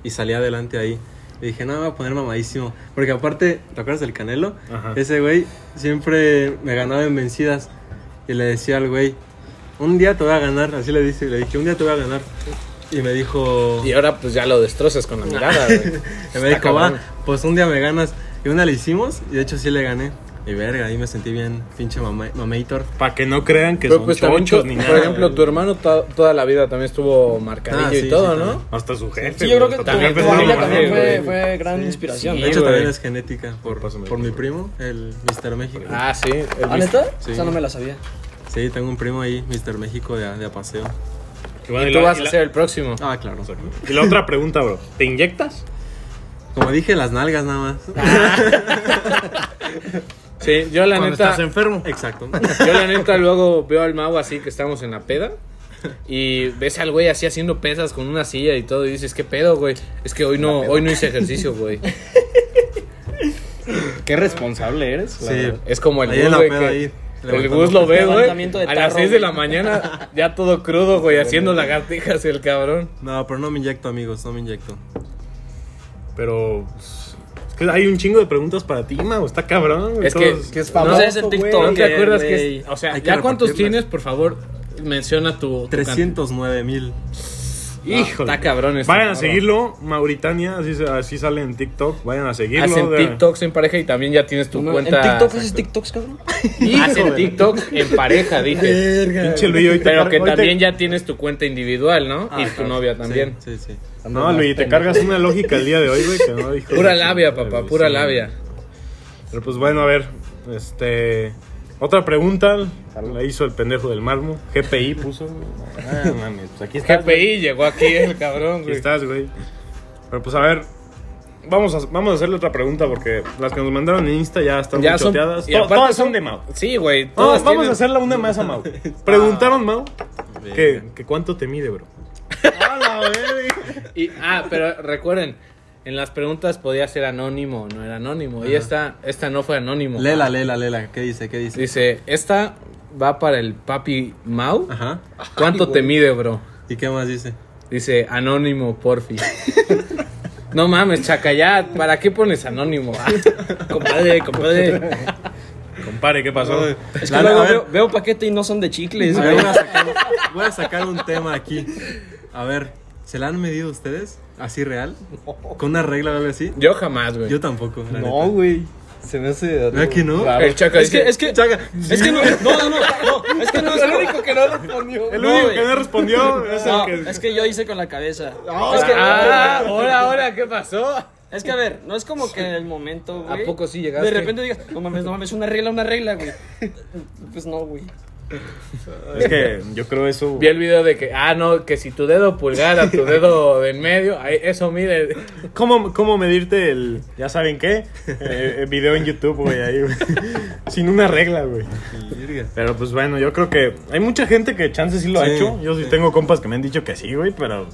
Speaker 3: y salí adelante ahí. Y dije, no, me voy a poner mamadísimo. Porque aparte, ¿te acuerdas del Canelo?
Speaker 2: Ajá.
Speaker 3: Ese güey siempre me ganaba en vencidas. Y le decía al güey, un día te voy a ganar. Así le dice, le dije, un día te voy a ganar. Y me dijo...
Speaker 1: Y ahora pues ya lo destrozas con la mirada, güey.
Speaker 3: Y
Speaker 1: Está
Speaker 3: me dijo, va,
Speaker 1: cabrón.
Speaker 3: pues un día me ganas. Y una le hicimos y de hecho sí le gané. Y verga, ahí me sentí bien pinche mama- mamator.
Speaker 2: Para que no crean que
Speaker 1: Pero
Speaker 2: son
Speaker 1: pues también,
Speaker 2: chochos
Speaker 1: tu-
Speaker 2: ni
Speaker 1: por
Speaker 2: nada. eh.
Speaker 1: ejemplo,
Speaker 2: güey.
Speaker 1: tu hermano to- toda la vida también estuvo marcadillo
Speaker 3: Ah, sí,
Speaker 1: y todo,
Speaker 3: sí,
Speaker 1: ¿no?
Speaker 3: también.
Speaker 2: Hasta su jefe.
Speaker 4: Sí, yo creo
Speaker 2: güey,
Speaker 4: que tu,
Speaker 2: hasta su jefe
Speaker 4: tu
Speaker 2: es una
Speaker 4: familia
Speaker 1: sí,
Speaker 4: también
Speaker 2: mamada,
Speaker 4: fue,
Speaker 1: güey.
Speaker 4: fue gran inspiración.
Speaker 1: Sí,
Speaker 3: De hecho,
Speaker 1: güey.
Speaker 3: también es genética por,
Speaker 2: Pásame
Speaker 3: por
Speaker 2: el
Speaker 3: mi
Speaker 2: micrófono.
Speaker 3: primo, el Mr. México.
Speaker 1: Ah, sí. el
Speaker 4: ¿Ah,
Speaker 1: Mr.
Speaker 4: neta?
Speaker 3: Sí.
Speaker 4: O sea, no me la sabía.
Speaker 3: Sí, tengo un primo ahí, Mr. México, de, de apaseo.
Speaker 2: Que bueno,
Speaker 1: Y tú
Speaker 2: la-
Speaker 1: vas
Speaker 2: y
Speaker 1: a
Speaker 2: la-
Speaker 1: ser el próximo.
Speaker 3: Ah, claro.
Speaker 2: Y la otra pregunta, bro. ¿Te inyectas?
Speaker 3: Como dije, las nalgas nada más.
Speaker 1: Sí, yo la
Speaker 2: Cuando
Speaker 1: neta.
Speaker 2: estás enfermo.
Speaker 3: Exacto.
Speaker 1: Yo la neta luego veo al mago así que estamos en la peda. Y ves al güey así haciendo pesas con una silla y todo y dices, ¿qué pedo, güey? Es que hoy no, hoy no hice ejercicio, güey.
Speaker 5: Qué responsable eres. la
Speaker 3: Sí.
Speaker 5: verdad.
Speaker 1: Es como el
Speaker 3: Ahí en
Speaker 1: bus,
Speaker 3: la
Speaker 1: güey.
Speaker 3: peda,
Speaker 1: que
Speaker 3: ahí,
Speaker 1: El
Speaker 3: levantando
Speaker 1: bus lo ve, güey.
Speaker 4: Levantamiento de
Speaker 1: A las
Speaker 4: tarro,
Speaker 1: 6 de
Speaker 4: güey.
Speaker 1: la mañana, ya todo crudo, güey, haciendo lagartijas el cabrón.
Speaker 3: No, pero no me inyecto, amigos, no me inyecto.
Speaker 2: Pero. pues, Es que hay un chingo de preguntas para ti, mago. Está cabrón. güey,
Speaker 1: Es que-
Speaker 2: todos-
Speaker 1: que es
Speaker 4: No
Speaker 5: famoso,
Speaker 4: sé, es el
Speaker 5: güey.
Speaker 4: TikTok.
Speaker 1: ¿No te
Speaker 4: güey.
Speaker 1: acuerdas que es- O sea,
Speaker 3: Hay que
Speaker 1: ¿ya cuántos
Speaker 3: repartirlas.
Speaker 1: tienes, por favor? Menciona tu. tu
Speaker 3: 309 mil.
Speaker 2: Híjole.
Speaker 1: Está cabrón este
Speaker 2: Vayan a
Speaker 1: cabrón.
Speaker 2: seguirlo, Mauritania. Así, se- así sale en TikTok. Vayan a seguirlo.
Speaker 1: Hacen
Speaker 2: de-
Speaker 1: TikToks en pareja y también ya tienes tu
Speaker 4: No, ¿En
Speaker 1: cuenta.
Speaker 4: TikTok haces TikToks, cabrón?
Speaker 1: Hacen TikToks en pareja, dije.
Speaker 2: Pinche Luis, hoy te
Speaker 1: Pero
Speaker 2: cargo-
Speaker 1: que
Speaker 2: hoy te-
Speaker 1: también ya tienes tu cuenta individual, ¿no?
Speaker 3: Ah,
Speaker 1: y tu
Speaker 3: claro.
Speaker 1: novia
Speaker 3: Sí,
Speaker 1: también.
Speaker 3: Sí, sí.
Speaker 5: Ando
Speaker 2: No,
Speaker 5: más
Speaker 2: Luis, te
Speaker 5: pendejo.
Speaker 2: cargas una lógica el día de hoy, güey. Que no dijo.
Speaker 1: Pura labia, papá,
Speaker 2: Sí,
Speaker 1: pura
Speaker 2: sí.
Speaker 1: labia.
Speaker 2: Pero pues bueno, a ver. Este. Otra pregunta
Speaker 5: Salud.
Speaker 2: la hizo el pendejo del marmo. GPI puso. Ah, mames, pues aquí estás, güey.
Speaker 1: GPI llegó aquí el cabrón,
Speaker 2: Aquí
Speaker 1: güey.
Speaker 2: estás, güey. Pero pues a ver. Vamos a, vamos a hacerle otra pregunta porque las que nos mandaron en Insta ya están
Speaker 1: Ya
Speaker 2: muy
Speaker 1: son-
Speaker 2: choteadas.
Speaker 1: y
Speaker 2: To-
Speaker 1: aparte
Speaker 2: todas son
Speaker 1: son-
Speaker 2: de Mau. No,
Speaker 1: Sí, güey.
Speaker 2: vamos
Speaker 1: todas
Speaker 2: a
Speaker 1: tienen- Ah.
Speaker 2: hacerle una más a Mau. Preguntaron, Mau, que, que cuánto te mide, bro.
Speaker 1: Y- ah, pero recuerden, en las preguntas podía ser anónimo o no era anónimo. Y esta, esta no fue anónimo.
Speaker 3: Lela, lela, lela. ¿Qué dice? ¿Qué dice?
Speaker 1: Dice, esta va para el papi Mau.
Speaker 3: Ajá.
Speaker 1: ¿Cuánto te mide, bro?
Speaker 3: ¿Y qué más dice?
Speaker 1: Dice, anónimo, porfi. no mames, chacayat, ¿para qué pones anónimo? Ah, compadre, compadre.
Speaker 2: Compare, ¿qué pasó?
Speaker 4: Es
Speaker 3: La-
Speaker 4: que
Speaker 3: a
Speaker 4: luego
Speaker 3: ver,
Speaker 4: veo, veo paquete y no son de chicles,
Speaker 3: A ver,
Speaker 4: güey.
Speaker 3: voy, a sacar, voy a sacar un tema aquí. A ver, ¿se la han medido ustedes? ¿Así real? ¿Con una regla o algo así?
Speaker 1: Yo jamás, güey.
Speaker 3: Yo tampoco. la
Speaker 5: No,
Speaker 3: neta.
Speaker 5: güey. Se me hace.
Speaker 3: ¿Verdad ¿Ah, que no?
Speaker 5: Raro.
Speaker 1: El chaca
Speaker 4: Es que,
Speaker 1: dice,
Speaker 4: es que, es que no, no, no, no, no, es que no es el único que no respondió.
Speaker 2: El único que no respondió es el
Speaker 4: No,
Speaker 2: que.
Speaker 4: es que yo hice con la cabeza.
Speaker 1: es que- Ah, ahora, ahora, ¿qué pasó?
Speaker 4: Es que, a ver, no es como que en el momento, güey.
Speaker 1: ¿A poco sí llegaste?
Speaker 4: De repente digas, no mames, no mames, una regla, una regla, güey. Pues no, güey.
Speaker 2: Es que yo creo eso.
Speaker 1: Vi el video de que, ah, no, que si tu dedo pulgar a tu dedo de en medio, ay, eso mide.
Speaker 2: ¿Cómo, ¿Cómo medirte el. Ya saben qué? Eh, el video en YouTube, güey, ahí, güey. Sin una regla, güey.
Speaker 3: Virga.
Speaker 2: Pero pues bueno, yo creo que hay mucha gente que chance sí lo ha
Speaker 3: Sí,
Speaker 2: hecho. Yo sí,
Speaker 3: sí.
Speaker 2: tengo compas que me han dicho que sí, güey, pero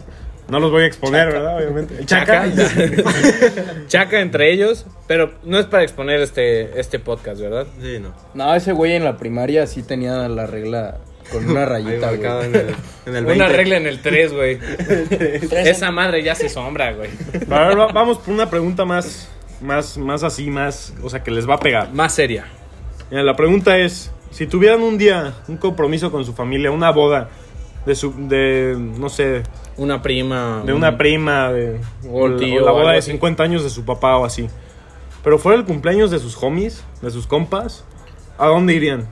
Speaker 2: no los voy a exponer, ¿verdad? Obviamente. El Chaca.
Speaker 1: Chaca entre ellos, pero no es para exponer este, este podcast, ¿verdad?
Speaker 3: Sí, no.
Speaker 5: No, ese güey en la primaria sí tenía la regla con una
Speaker 3: Ahí
Speaker 5: rayita,
Speaker 3: marcado
Speaker 5: güey.
Speaker 3: en el, en el 20.
Speaker 1: Una regla en el 3, güey. Esa madre ya se sombra, güey.
Speaker 2: A ver, va- vamos por una pregunta más, más, más así, más. O sea, que les va a pegar.
Speaker 1: Más seria.
Speaker 2: Mira, la pregunta es: si tuvieran un día un compromiso con su familia, una boda, de su. de. no sé,
Speaker 1: Una prima.
Speaker 2: De
Speaker 1: un-
Speaker 2: una prima, de
Speaker 1: O un
Speaker 2: o
Speaker 1: tío,
Speaker 2: la
Speaker 1: o algo
Speaker 2: boda de
Speaker 1: así.
Speaker 2: 50 años de su papá o así. Pero fuera el cumpleaños de sus homies, de sus compas, ¿a dónde irían?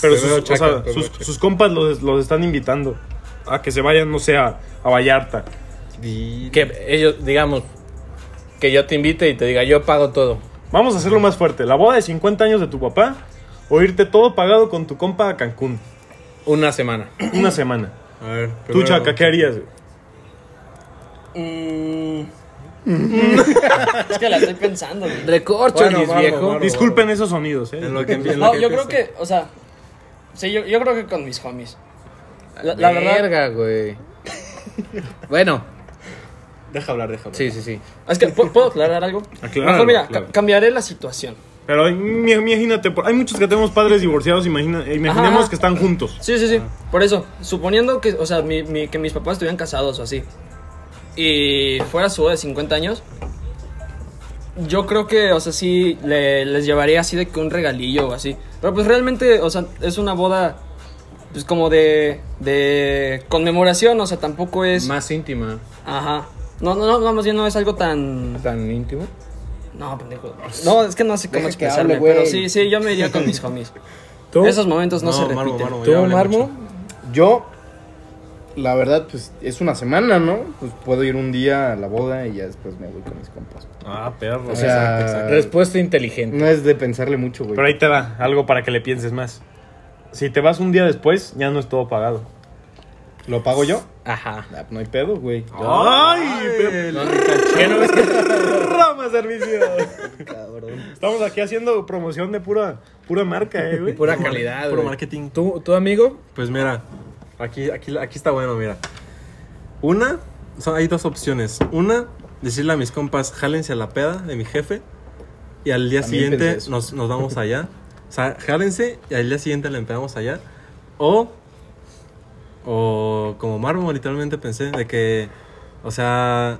Speaker 2: Pero sus,
Speaker 1: veo
Speaker 2: o sea,
Speaker 1: chaca, te veo
Speaker 2: sus-
Speaker 1: chaca.
Speaker 2: sus compas los, los están invitando a que se vayan, no sé, a, a Vallarta.
Speaker 1: Que ellos, digamos, que yo te invite y te diga, yo pago todo.
Speaker 2: Vamos a hacerlo más fuerte. ¿La boda de 50 años de tu papá o irte todo pagado con tu compa a Cancún?
Speaker 1: Una semana.
Speaker 2: Una semana.
Speaker 3: A ver.
Speaker 2: Tú,
Speaker 3: primero-
Speaker 2: Chaca, ¿qué harías? güey?
Speaker 4: Mm. es que la estoy pensando, güey.
Speaker 1: Recorcho,
Speaker 3: Bueno, barro,
Speaker 1: viejo.
Speaker 3: barro.
Speaker 2: Disculpen esos sonidos, ¿eh?
Speaker 3: En lo que, en lo
Speaker 4: No,
Speaker 3: que
Speaker 4: yo
Speaker 3: empieza.
Speaker 4: creo que, o sea, sí, yo, yo creo que con mis homies. La, la verdad,
Speaker 1: Verga, güey. Bueno,
Speaker 5: Deja hablar, deja hablar.
Speaker 1: sí, sí, sí.
Speaker 4: Es que, ¿puedo, puedo aclarar algo?
Speaker 2: Acláralo,
Speaker 4: Mejor mira,
Speaker 2: acláralo.
Speaker 4: ca- cambiaré la situación.
Speaker 2: Pero hay- mi- imagínate, por- hay muchos que tenemos padres divorciados, imagina, imaginemos
Speaker 4: ajá.
Speaker 2: que están juntos.
Speaker 4: Sí, sí, sí. Por eso, suponiendo que, o sea, mi- mi- que mis papás estuvieran casados o así, y fuera su boda de 50 años, yo creo que, o sea, sí le- les llevaría así de que un regalillo o así. Pero pues realmente, o sea, es una boda, pues como de, de conmemoración, o sea, tampoco es...
Speaker 1: Más íntima,
Speaker 4: Ajá. No, no, no, no, más bien no es algo tan...
Speaker 1: tan íntimo.
Speaker 4: No, pendejo. No, es que no sé cómo
Speaker 5: Deja que
Speaker 4: expresarme,
Speaker 5: hable,
Speaker 4: pero
Speaker 5: güey.
Speaker 4: sí, sí, yo me iría con mis homies.
Speaker 1: ¿Tú?
Speaker 4: Esos momentos no, se repiten.
Speaker 3: Marmo, Marmo,
Speaker 1: ¿Tú,
Speaker 3: ya hablé
Speaker 1: Marmo?
Speaker 3: mucho.
Speaker 5: Yo, la verdad, pues es una semana, ¿no? Pues puedo ir un día a la boda y ya después me voy con mis compas.
Speaker 2: Ah, perro.
Speaker 5: O sea,
Speaker 1: Respuesta inteligente.
Speaker 5: no es de pensarle mucho, güey.
Speaker 2: Pero ahí te va, algo para que le pienses más. Si te vas un día después, ya no es todo pagado.
Speaker 5: ¿Lo pago yo?
Speaker 1: Ajá.
Speaker 5: Ah, No hay pedo, güey.
Speaker 2: Ah, ¡Ay! pe- ¿Qué no ves que- Rama Servicios! Estamos aquí haciendo promoción de pura, pura marca, eh, güey.
Speaker 1: Pura calidad.
Speaker 3: Puro
Speaker 1: güey.
Speaker 3: marketing.
Speaker 1: ¿Tú, tú, amigo?
Speaker 3: Pues mira, aquí, aquí, aquí está bueno, mira. Una, son, hay dos opciones. Una, decirle a mis compas, jálense a la peda de mi jefe. Y al día
Speaker 5: También pensé
Speaker 3: siguiente
Speaker 5: eso.
Speaker 3: nos, nos vamos allá. O sea, jálense y al día siguiente la empedamos allá. O, o como Marmo, literalmente pensé, de que, o sea,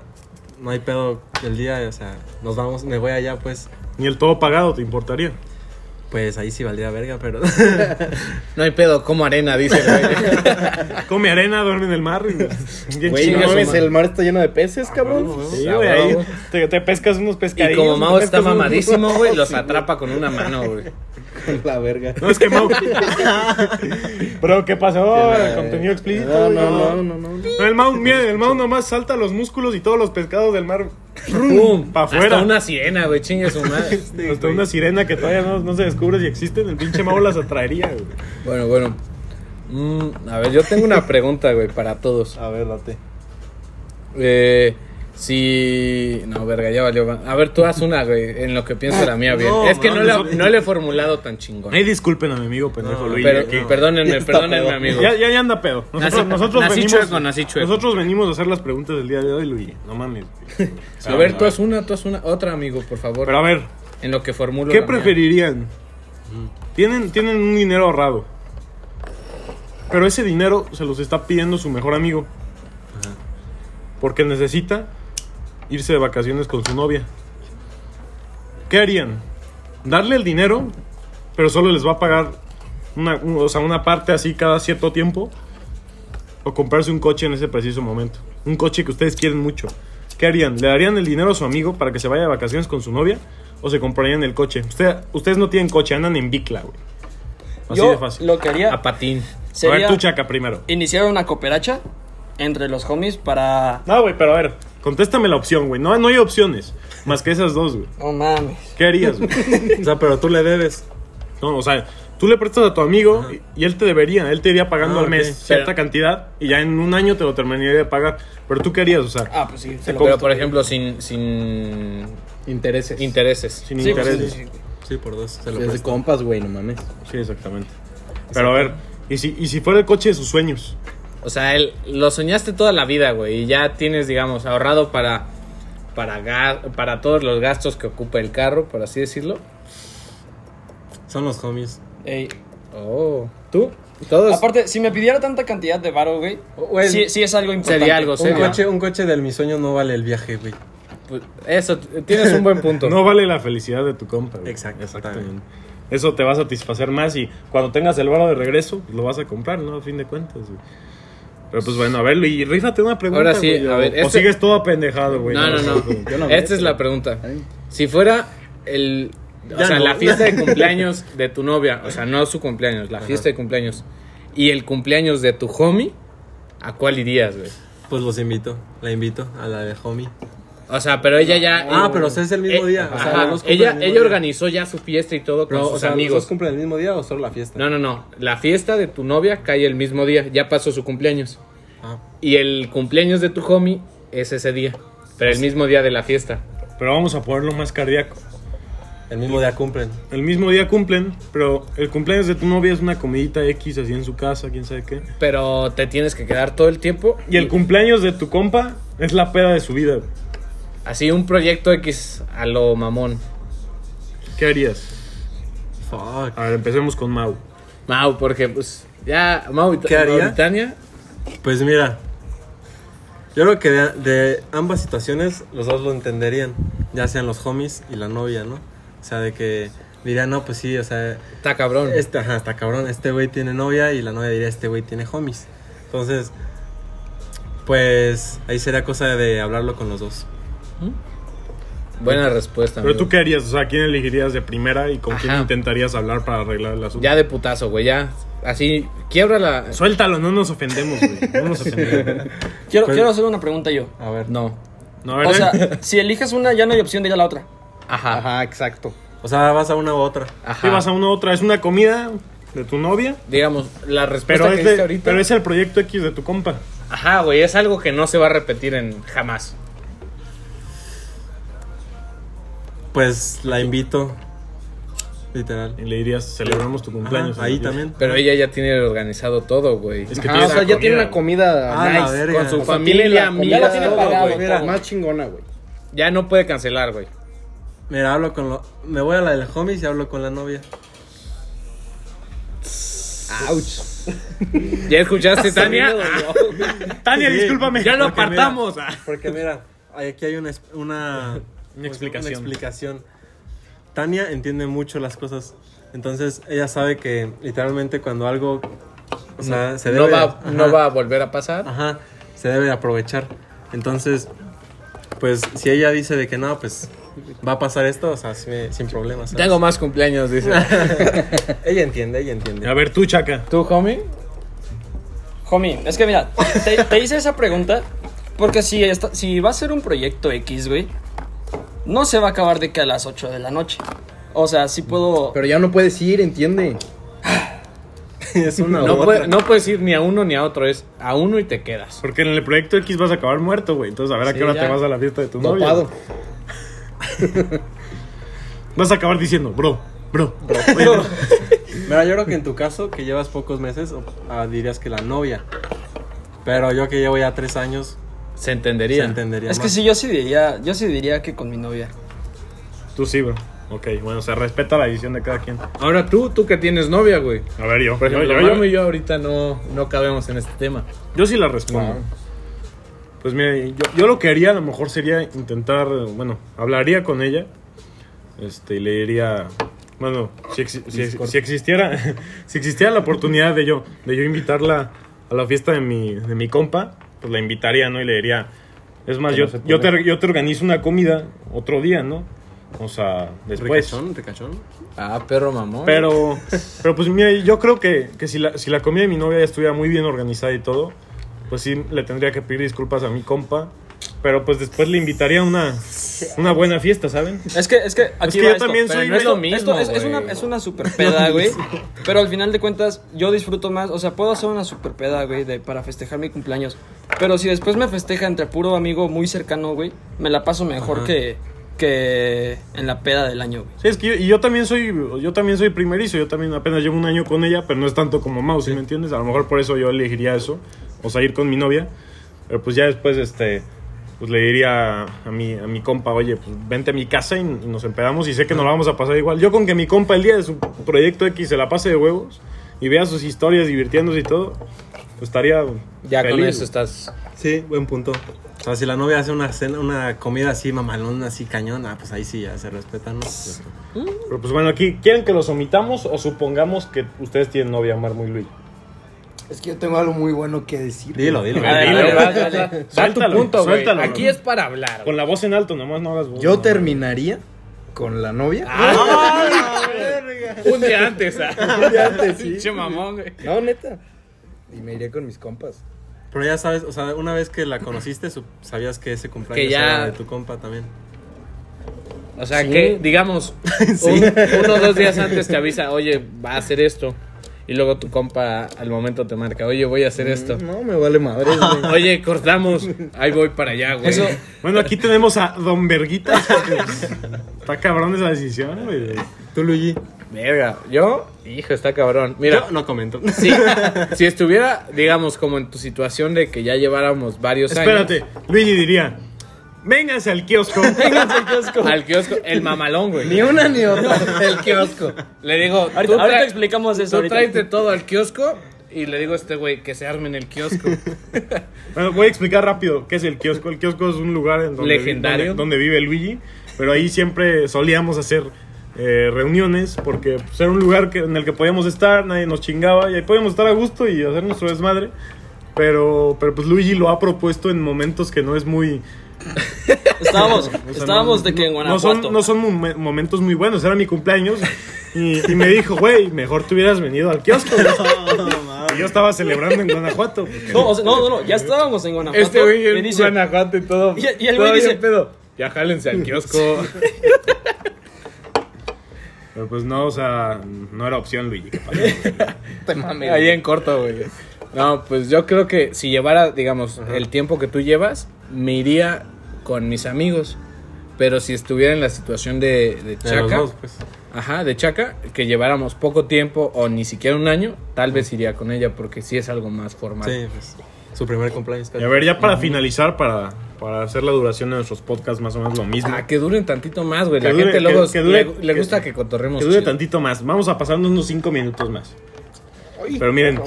Speaker 3: no hay pedo el día, o sea, nos vamos, me voy allá, pues,
Speaker 2: Ni el todo pagado te importaría.
Speaker 3: pues ahí sí valdría verga, pero...
Speaker 1: No hay pedo, como arena, dice. güey.
Speaker 2: Come arena, duerme en el mar. y- Bien
Speaker 5: Güey,
Speaker 2: chido,
Speaker 5: no mames,
Speaker 2: güey.
Speaker 5: el mar está lleno de peces, cabrón.
Speaker 2: Sí, güey, ahí te, te pescas unos
Speaker 1: y
Speaker 2: pescadillos.
Speaker 1: como
Speaker 2: te
Speaker 1: Mao está
Speaker 2: pescas unos-
Speaker 1: mamadísimo, güey, los atrapa con una mano, güey.
Speaker 5: la verga.
Speaker 2: No, es que Mau. Bro, ¿qué pasó?
Speaker 5: Eh,
Speaker 2: Contenido explícito.
Speaker 5: No,
Speaker 2: güey,
Speaker 5: no, no, no, no.
Speaker 2: No, El Mau, mira, el Mau nomás salta los músculos y todos los pescados del mar.
Speaker 1: ¡Pum!
Speaker 2: Pa'
Speaker 1: Hasta
Speaker 2: afuera.
Speaker 1: una sirena, güey, chingue su madre.
Speaker 2: Hasta una sirena que todavía no, no se descubre si existen. El pinche Mau las atraería, güey.
Speaker 1: Bueno, bueno. Mm, a ver, yo tengo una pregunta, güey, para todos.
Speaker 5: A ver, date.
Speaker 1: Eh, si... No, verga, ya valió. va. A ver, tú haz una, güey, en lo que pienso la mía bien.
Speaker 3: No,
Speaker 1: es que no
Speaker 3: mames,
Speaker 1: la,
Speaker 3: güey.
Speaker 1: no la he formulado tan chingón.
Speaker 2: Ay, disculpen a mi amigo pendejo
Speaker 3: No,
Speaker 2: Luis.
Speaker 1: Pero,
Speaker 2: aquí.
Speaker 1: Perdónenme, perdónenme,
Speaker 5: pedo.
Speaker 1: amigo.
Speaker 2: Ya, ya, ya anda pedo. Nosotros,
Speaker 1: Nací-
Speaker 2: nosotros
Speaker 1: nací
Speaker 2: venimos,
Speaker 1: chueco, nací chueco.
Speaker 2: Nosotros venimos a hacer las preguntas del día de hoy, Luis. No mames. güey.
Speaker 1: A ver, tú haz una, tú haz una. Otra, amigo, por favor.
Speaker 2: Pero a ver,
Speaker 1: en lo que formulo
Speaker 2: ¿Qué
Speaker 1: la mía.
Speaker 2: preferirían? Tienen, tienen un dinero ahorrado. Pero ese dinero se los está pidiendo su mejor amigo. Porque necesita irse de vacaciones con su novia. ¿Qué harían? Darle el dinero, pero solo les va a pagar una, un- o sea, una parte así cada cierto tiempo. O comprarse un coche en ese preciso momento. Un coche que ustedes quieren mucho. ¿Qué harían? ¿Le darían el dinero a su amigo para que se vaya de vacaciones con su novia? ¿O se comprarían el coche? Usted- ustedes no tienen coche, andan en bicla, güey. Así
Speaker 4: yo
Speaker 2: de fácil.
Speaker 4: lo que haría
Speaker 1: A patín.
Speaker 2: A ver,
Speaker 4: sería
Speaker 2: tú, Chaca, primero.
Speaker 4: iniciar una cooperacha entre los homies para...
Speaker 2: No, güey, pero a ver, contéstame la opción, güey. No, no hay opciones más que esas dos, güey.
Speaker 4: No mames.
Speaker 2: ¿Qué harías, güey?
Speaker 3: o sea, pero tú le debes.
Speaker 2: No, o sea, tú le prestas a tu amigo y- y él te debería, él te iría pagando
Speaker 3: Ah,
Speaker 2: al mes
Speaker 3: ok.
Speaker 2: cierta cantidad y ya en un año te lo terminaría de pagar. Pero tú qué harías, o sea,
Speaker 4: Ah, pues sí. se lo-
Speaker 1: Pero, por ejemplo, sin, sin
Speaker 5: Intereses.
Speaker 1: intereses.
Speaker 2: sin
Speaker 4: Sí, pues sí,
Speaker 2: intereses.
Speaker 4: sí, sí.
Speaker 3: Sí, por dos, se lo
Speaker 5: Es de
Speaker 3: presto.
Speaker 5: compas, güey, no mames.
Speaker 2: Sí, exactamente. Pero a ver, ¿y si, ¿y si fuera el coche de sus sueños?
Speaker 1: O sea, el- lo soñaste toda la vida, güey. Y ya tienes, digamos, ahorrado para, para, ga- para todos los gastos que ocupa el carro, por así decirlo.
Speaker 3: Son los homies.
Speaker 4: Ey.
Speaker 1: Oh, ¿tú? Todos.
Speaker 4: Aparte, si me pidiera tanta cantidad de varo, güey,
Speaker 3: Güey,
Speaker 4: sí, sí es algo importante.
Speaker 1: sería algo,
Speaker 3: Un
Speaker 1: serio.
Speaker 3: coche, un coche del mi sueño no vale el viaje, güey.
Speaker 1: Pues, Eso, t- tienes un buen punto.
Speaker 2: No vale la felicidad de tu compa. güey.
Speaker 3: Exacto,
Speaker 2: Exactamente.
Speaker 3: también.
Speaker 2: Eso te va a satisfacer más y cuando tengas el varo de regreso, pues, lo vas a comprar, ¿no? A fin de cuentas, güey. Pero pues bueno, a ver, y rífate una pregunta.
Speaker 1: Ahora sí,
Speaker 2: güey,
Speaker 1: a
Speaker 2: o-
Speaker 1: ver,
Speaker 2: O,
Speaker 1: este-
Speaker 2: sigues todo apendejado, güey.
Speaker 1: no, no, no.
Speaker 5: Yo no
Speaker 1: Esta
Speaker 5: merezco.
Speaker 1: es la pregunta.
Speaker 5: Ay.
Speaker 1: Si fuera el. O
Speaker 3: Ya
Speaker 1: sea,
Speaker 3: no.
Speaker 1: la fiesta de cumpleaños de tu novia, o sea, no su cumpleaños, la fiesta de cumpleaños y el cumpleaños de tu homie, ¿a cuál irías, güey?
Speaker 3: Pues los invito, la invito a la de homie.
Speaker 1: O sea, pero ella ya.
Speaker 3: Ah, pero o sea, es el mismo
Speaker 1: Eh,
Speaker 3: día. O sea,
Speaker 1: ajá,
Speaker 3: los dos cumplen
Speaker 1: ella
Speaker 3: el mismo
Speaker 1: ella
Speaker 3: día.
Speaker 1: organizó ya su fiesta y todo con
Speaker 3: Pero,
Speaker 1: sus
Speaker 3: o sea, amigos.
Speaker 1: amigos.
Speaker 3: cumplen el mismo día o solo la fiesta?
Speaker 1: No, no, no. La fiesta de tu novia cae el mismo día. Ya pasó su cumpleaños.
Speaker 3: Ah,
Speaker 1: Y el cumpleaños de tu homie es ese día. Pero el mismo día de la fiesta.
Speaker 2: Pero vamos a ponerlo más cardíaco.
Speaker 3: El mismo día cumplen.
Speaker 2: El mismo día cumplen, pero el cumpleaños de tu novia es una comidita X así en su casa, quién sabe qué.
Speaker 1: Pero te tienes que quedar todo el tiempo.
Speaker 2: Y el cumpleaños de tu compa es la peda de su vida. güey.
Speaker 1: Así un proyecto X a lo mamón.
Speaker 2: ¿Qué harías?
Speaker 3: Fuck.
Speaker 2: A ver, empecemos con Mau.
Speaker 1: Mau, porque pues ya Mau
Speaker 3: ¿Qué haría?
Speaker 1: Mauritania
Speaker 3: Pues mira, yo creo que de, de ambas situaciones los dos lo entenderían, ya sean los homies y la novia, ¿no? O sea, de que dirían, no, pues sí, o sea,
Speaker 1: está cabrón.
Speaker 3: este, ajá, está cabrón, este güey tiene novia y la novia diría, este güey tiene homies. Entonces, pues ahí será cosa de hablarlo con los dos.
Speaker 1: Buena respuesta.
Speaker 2: Pero
Speaker 1: amigo.
Speaker 2: tú qué harías, o sea, ¿quién elegirías de primera y con quién
Speaker 1: Ajá.
Speaker 2: intentarías hablar para arreglar el asunto?
Speaker 1: Ya de putazo, güey, ya. Así, quiebra la.
Speaker 2: Suéltalo, no nos ofendemos, güey. No nos ofendemos.
Speaker 4: Quiero,
Speaker 3: Pero-
Speaker 4: quiero hacer una pregunta yo.
Speaker 3: A ver,
Speaker 1: No.
Speaker 2: No, Pues, a ver, eh.
Speaker 4: O sea, si eliges una, ya no hay opción de ir a la otra.
Speaker 1: Ajá.
Speaker 5: Ajá, exacto.
Speaker 3: O sea, vas a una u otra.
Speaker 1: Ajá.
Speaker 2: te vas a una u otra, es una comida de tu novia,
Speaker 1: Digamos, la respuesta
Speaker 2: pero
Speaker 1: que
Speaker 2: es,
Speaker 1: diste
Speaker 2: de-
Speaker 1: ahorita.
Speaker 2: pero es el proyecto X de tu compa.
Speaker 1: Ajá, güey, es algo que no se va a repetir en jamás.
Speaker 3: Pues la invito, literal.
Speaker 2: Y le dirías, celebramos tu cumpleaños.
Speaker 3: Ajá, ahí
Speaker 2: ¿no?
Speaker 3: también.
Speaker 1: Pero ella ya tiene organizado todo, güey.
Speaker 2: Es que
Speaker 5: Ajá,
Speaker 2: tiene
Speaker 5: Ah, o sea,
Speaker 2: la
Speaker 5: ya tiene una comida
Speaker 3: Ah, la
Speaker 5: nice.
Speaker 3: verga.
Speaker 1: Con su
Speaker 5: O sea, tiene
Speaker 1: familia,
Speaker 5: la
Speaker 1: amigas,
Speaker 5: comida
Speaker 4: lo tiene
Speaker 1: todo,
Speaker 4: pagado,
Speaker 1: güey.
Speaker 4: mira.
Speaker 5: más chingona, güey.
Speaker 1: Ya no puede cancelar, güey.
Speaker 3: Mira, hablo con lo, me voy a la de los homies y hablo con la novia.
Speaker 1: Ouch. ¿Ya escuchaste, Tania?
Speaker 2: Tania, discúlpame.
Speaker 1: ya lo
Speaker 3: Porque mira-
Speaker 1: apartamos.
Speaker 3: Porque mira, aquí hay una, es- una,
Speaker 2: Una explicación.
Speaker 3: una explicación. Tania entiende mucho las cosas. Entonces, ella sabe que literalmente cuando algo o sea, se debe
Speaker 1: no, va,
Speaker 3: ajá,
Speaker 1: no va a volver a pasar.
Speaker 3: ajá, se debe de aprovechar. Entonces, pues si ella dice de que no, pues va a pasar esto, o sea, sin, sin problemas. ¿sabes?
Speaker 1: Tengo más cumpleaños, dice.
Speaker 3: Ella entiende, ella entiende.
Speaker 2: A ver, tú, Chaca.
Speaker 1: ¿Tú, homie?
Speaker 4: Homie, es que mira, te, te hice esa pregunta porque si, esta- si va a ser un proyecto X, güey, no se va a acabar de que a las 8 de la noche. O sea, sí puedo...
Speaker 5: Pero ya no puedes ir, entiende.
Speaker 3: es una u
Speaker 1: No,
Speaker 3: otra.
Speaker 1: puede- no puedes ir ni a uno ni a otro. Es a uno y te quedas.
Speaker 2: Porque en el proyecto X vas a acabar muerto, güey. Entonces, a ver a
Speaker 1: Sí,
Speaker 2: qué hora
Speaker 1: ya.
Speaker 2: te vas a la fiesta de tu novia.
Speaker 5: Dopado.
Speaker 2: Vas a acabar diciendo, bro, bro.
Speaker 3: Mira, yo creo que en tu caso, que llevas pocos meses, o- ah, dirías que la novia. Pero yo que llevo ya tres años,
Speaker 1: Se
Speaker 3: se
Speaker 1: entendería.
Speaker 3: entendería.
Speaker 4: Es que
Speaker 3: más.
Speaker 4: sí, yo sí diría, yo sí diría que con mi novia.
Speaker 2: Tú sí, bro. Ok, bueno, se respeta la decisión de cada quien.
Speaker 1: Ahora tú, tú que tienes novia, güey.
Speaker 2: A ver, yo.
Speaker 1: Por
Speaker 2: yo,
Speaker 1: ejemplo,
Speaker 2: yo,
Speaker 1: Mamo
Speaker 2: yo-
Speaker 1: y yo ahorita no, no cabemos en este tema.
Speaker 2: yo sí la respondo. Pues mire, yo, yo lo que haría a lo mejor sería intentar, eh, bueno, hablaría con ella. Este, y le diría, bueno, si, exi- si- si existiera si existiera la oportunidad de yo de yo invitarla a la fiesta de mi, de mi compa, pues la invitaría, ¿no? Y le diría, es más,
Speaker 5: Que
Speaker 2: yo,
Speaker 5: no se
Speaker 2: yo,
Speaker 5: puede.
Speaker 2: te, yo te organizo una comida otro día, ¿no? O sea, después.
Speaker 3: Ricachón, ricachón.
Speaker 1: Ah, perro mamón.
Speaker 2: Pero, pero pues mira, yo creo que, que si, la, si la comida de mi novia ya estuviera muy bien organizada y todo, pues sí le tendría que pedir disculpas a mi compa. Pero pues después le invitaría a una, una buena fiesta, ¿saben?
Speaker 4: Es que, es que aquí
Speaker 2: que
Speaker 4: va
Speaker 2: yo
Speaker 4: esto.
Speaker 2: también
Speaker 1: Pero
Speaker 2: soy
Speaker 1: no es lo
Speaker 2: medio-
Speaker 1: mismo.
Speaker 4: Esto es, es
Speaker 1: güey.
Speaker 4: una, es una super peda, güey. Pero al final de cuentas, yo disfruto más. O sea, puedo hacer una super peda, güey, de- para festejar mi cumpleaños. Pero si después me festeja entre puro amigo muy cercano, güey, me la paso mejor
Speaker 3: Ajá.
Speaker 4: que, que en la peda del año, güey.
Speaker 2: Sí, es que yo, y yo también soy yo también soy primerizo, yo también apenas llevo un año con ella, pero no es tanto como Mau, ¿sí me entiendes? A lo mejor por eso yo elegiría eso, o sea, ir con mi novia, pero pues ya después este pues le diría a mi, a mi compa, oye, pues vente a mi casa y, y nos empedamos y sé que nos la vamos a pasar igual. Yo con que mi compa el día de su proyecto X se la pase de huevos y vea sus historias divirtiéndose y todo, pues estaría
Speaker 1: Ya con
Speaker 2: feliz,
Speaker 1: eso estás.
Speaker 3: Sí, buen punto. O sea, si la novia hace una cena, una comida así mamalona, así cañona, pues ahí sí ya se respetan, ¿no?
Speaker 2: Pero pues bueno, aquí, ¿quieren que los omitamos o supongamos que ustedes tienen novia, Marmo y Luis?
Speaker 5: Es que yo tengo algo muy bueno que decir.
Speaker 3: Dilo, dilo.
Speaker 2: A ver,
Speaker 1: Dale,
Speaker 2: dilo.
Speaker 1: dale, dale. Da
Speaker 2: Suéltalo,
Speaker 1: tu punto, güey.
Speaker 2: suéltalo,
Speaker 1: Aquí
Speaker 2: bro.
Speaker 1: es para hablar.
Speaker 2: Con la voz en alto, nomás no hagas voz.
Speaker 5: Yo
Speaker 2: No.
Speaker 5: terminaría con la novia.
Speaker 1: güey. Un día antes. ah.
Speaker 5: Un día antes, sí.
Speaker 1: Pinche mamón, güey.
Speaker 5: No, neta. Y me iría con mis compas.
Speaker 3: Pero ya sabes, o sea, una vez que la conociste, su- sabías que ese cumpleaños
Speaker 1: Que ya-
Speaker 3: era de tu compa también.
Speaker 1: O sea, que digamos, un- uno o dos días antes te avisa, oye, va a hacer esto. Y luego tu compa al momento te marca, oye, voy a hacer esto.
Speaker 5: No, me vale madre, güey.
Speaker 1: Oye, cortamos. Ahí voy para allá, güey.
Speaker 4: Eso,
Speaker 2: Bueno, aquí tenemos a Don Verguitas. porque, pues, Está cabrón esa decisión, güey.
Speaker 3: Tú, Luigi.
Speaker 1: Verga, yo, hijo, está cabrón. Mira,
Speaker 3: Yo no comento.
Speaker 1: si, si estuviera, digamos, como en tu situación de que ya lleváramos varios
Speaker 2: Espérate, Luigi diría: Vénganse al kiosco. Vénganse al kiosco.
Speaker 1: años al kiosco, el mamalón, güey.
Speaker 5: Ni una ni otra. El kiosco.
Speaker 1: Le digo, tú
Speaker 4: ahorita, ahorita
Speaker 1: tra-
Speaker 4: explicamos eso.
Speaker 1: tú
Speaker 4: ahorita.
Speaker 1: tráete todo al kiosco y le digo a este güey que se arme en el kiosco.
Speaker 2: Bueno, voy a explicar rápido qué es el kiosco. El kiosco es un lugar en donde,
Speaker 1: Legendario.
Speaker 2: donde, donde vive Luigi, pero ahí siempre solíamos hacer eh, reuniones porque pues, era un lugar que- en el que podíamos estar, nadie nos chingaba y ahí podíamos estar a gusto y hacer nuestro desmadre. Pero, pero pues Luigi lo ha propuesto en momentos que no es muy...
Speaker 4: Estábamos,
Speaker 2: o sea,
Speaker 4: estábamos
Speaker 2: no-
Speaker 4: de que en
Speaker 2: no
Speaker 4: Guanajuato.
Speaker 2: son, no son mom- momentos muy buenos, era mi cumpleaños y, y me dijo, güey, mejor te hubieras venido al kiosco. y yo estaba celebrando en Guanajuato. porque-
Speaker 4: No, o sea, no, no, no, ya estábamos en Guanajuato.
Speaker 1: Este güey
Speaker 4: me
Speaker 1: en
Speaker 4: dice,
Speaker 1: Guanajuato y todo.
Speaker 4: Y- y el
Speaker 1: todo
Speaker 4: güey
Speaker 1: bien
Speaker 4: dice-
Speaker 1: pedo. Ya jálense al kiosco.
Speaker 2: Pero pues no, o sea, no era opción Luigi. capaz.
Speaker 5: Te mames.
Speaker 1: Ahí en corto, güey. No, pues yo creo que si llevara, digamos, el tiempo que tú llevas, me iría con mis amigos. Pero si estuviera en la situación de, de
Speaker 3: A los
Speaker 1: Chaca,
Speaker 3: dos, pues.
Speaker 1: ajá, de Chaca, que lleváramos poco tiempo o ni siquiera un año, tal vez iría con ella porque sí es algo más formal.
Speaker 3: Sí, pues. Su primer cumpleaños.
Speaker 2: Y a ver, ya para finalizar, para, para hacer la duración de nuestros podcasts más o menos lo mismo.
Speaker 1: Ah, que duren tantito más, güey.
Speaker 2: Que
Speaker 1: La
Speaker 2: dure-
Speaker 1: gente luego
Speaker 2: que- que dure-
Speaker 1: le, le
Speaker 2: que-
Speaker 1: gusta que cotorremos.
Speaker 2: Que dure
Speaker 1: chido.
Speaker 2: tantito más. Vamos a pasarnos unos 5 minutos más. Pero miren.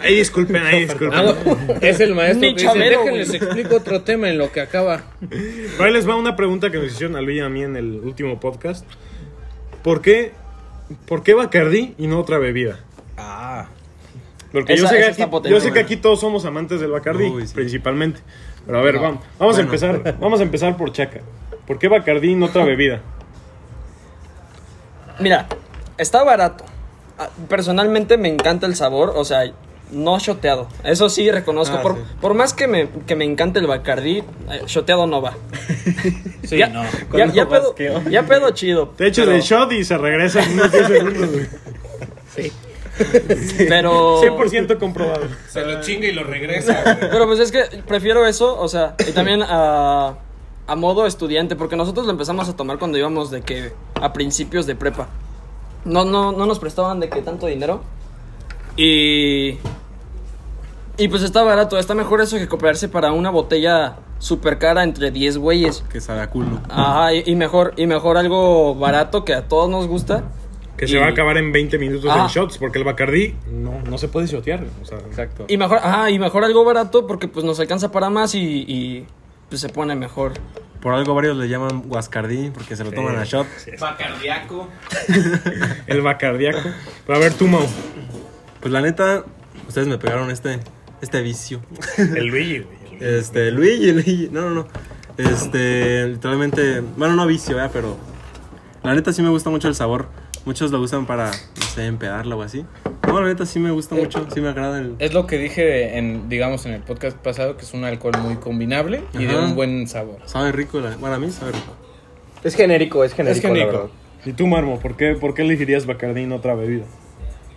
Speaker 2: Ahí disculpen, ahí
Speaker 1: Ah,
Speaker 2: disculpen.
Speaker 1: güey, es el maestro
Speaker 4: Ni
Speaker 1: que dice,
Speaker 4: chabelo,
Speaker 1: déjenles
Speaker 4: güey".
Speaker 1: explico otro tema en lo que acaba.
Speaker 2: Pero ahí les va una pregunta que nos hicieron a Luis y a mí en el último podcast. ¿Por qué, por qué Bacardí y no otra bebida?
Speaker 1: Ah.
Speaker 2: Porque yo,
Speaker 4: Esa-
Speaker 2: sé que,
Speaker 4: esa está
Speaker 2: aquí,
Speaker 4: potente,
Speaker 2: yo sé que
Speaker 4: güey.
Speaker 2: aquí todos somos amantes del Bacardí,
Speaker 3: Uy, sí.
Speaker 2: principalmente. Pero a ver, vamos, vamos a empezar, vamos a empezar por Chaca. ¿Por qué Bacardí y no otra bebida?
Speaker 4: Mira, está barato. Ah, Personalmente me encanta el sabor, o sea, no shoteado. Eso sí reconozco.
Speaker 3: Ah,
Speaker 4: por,
Speaker 3: sí.
Speaker 4: por más que me, que me encante el Bacardí, eh, shoteado no va.
Speaker 1: Sí,
Speaker 4: ya,
Speaker 1: no.
Speaker 4: ya,
Speaker 3: Con
Speaker 4: ya
Speaker 3: lo
Speaker 4: pedo,
Speaker 3: vasqueo.
Speaker 4: ya pedo chido.
Speaker 2: Te echas
Speaker 4: pero-
Speaker 2: el shot y se regresa en unos 10 segundos. güey.
Speaker 4: Pero,
Speaker 2: 100% comprobado.
Speaker 1: Se lo chinga y lo regresa.
Speaker 4: pero pues es que prefiero eso, o sea, y también a, a modo estudiante, porque nosotros lo empezamos a tomar cuando íbamos de que a principios de prepa. No, no, no nos prestaban de que tanto dinero. Y. Y pues está barato, está mejor eso que comprarse para una botella super cara entre 10 güeyes.
Speaker 3: Que sabe a culo.
Speaker 4: Ajá, y, y mejor, y mejor algo barato que a todos nos gusta.
Speaker 2: Que
Speaker 4: Y-
Speaker 2: se va a acabar en 20 minutos
Speaker 4: Ah.
Speaker 2: en shots, porque el Bacardí no, no se puede shotear. O sea,
Speaker 3: Exacto.
Speaker 4: Y mejor, ajá, y mejor algo barato porque pues nos alcanza para más y, y, pues se pone mejor.
Speaker 3: Por algo varios le llaman Guascardí porque se lo toman a shot.
Speaker 1: Bacardiaco.
Speaker 2: el Bacardiaco. Pero a ver, tú, Mau.
Speaker 3: Pues la neta, ustedes me pegaron este, este vicio.
Speaker 2: El Luigi, güey.
Speaker 3: Este, Luigi, Luigi. No, no, no. Este, literalmente. Bueno, no vicio, ¿verdad? Pero. La neta sí me gusta mucho el sabor. Muchos lo usan para, no sé, empedarlo o así. No, la neta sí me
Speaker 1: Eh.
Speaker 3: gusta mucho. Sí me agrada el.
Speaker 1: Es lo que dije en, digamos, en el podcast pasado, que es un alcohol muy combinable y de
Speaker 3: Ajá.
Speaker 1: un buen sabor.
Speaker 3: Sabe rico, la- bueno, a mí sabe rico.
Speaker 5: Es genérico, es genérico.
Speaker 1: Es
Speaker 5: la
Speaker 1: genérico.
Speaker 5: verdad.
Speaker 2: Y tú, Marmo, ¿por qué, ¿por qué elegirías Bacardí y no otra bebida?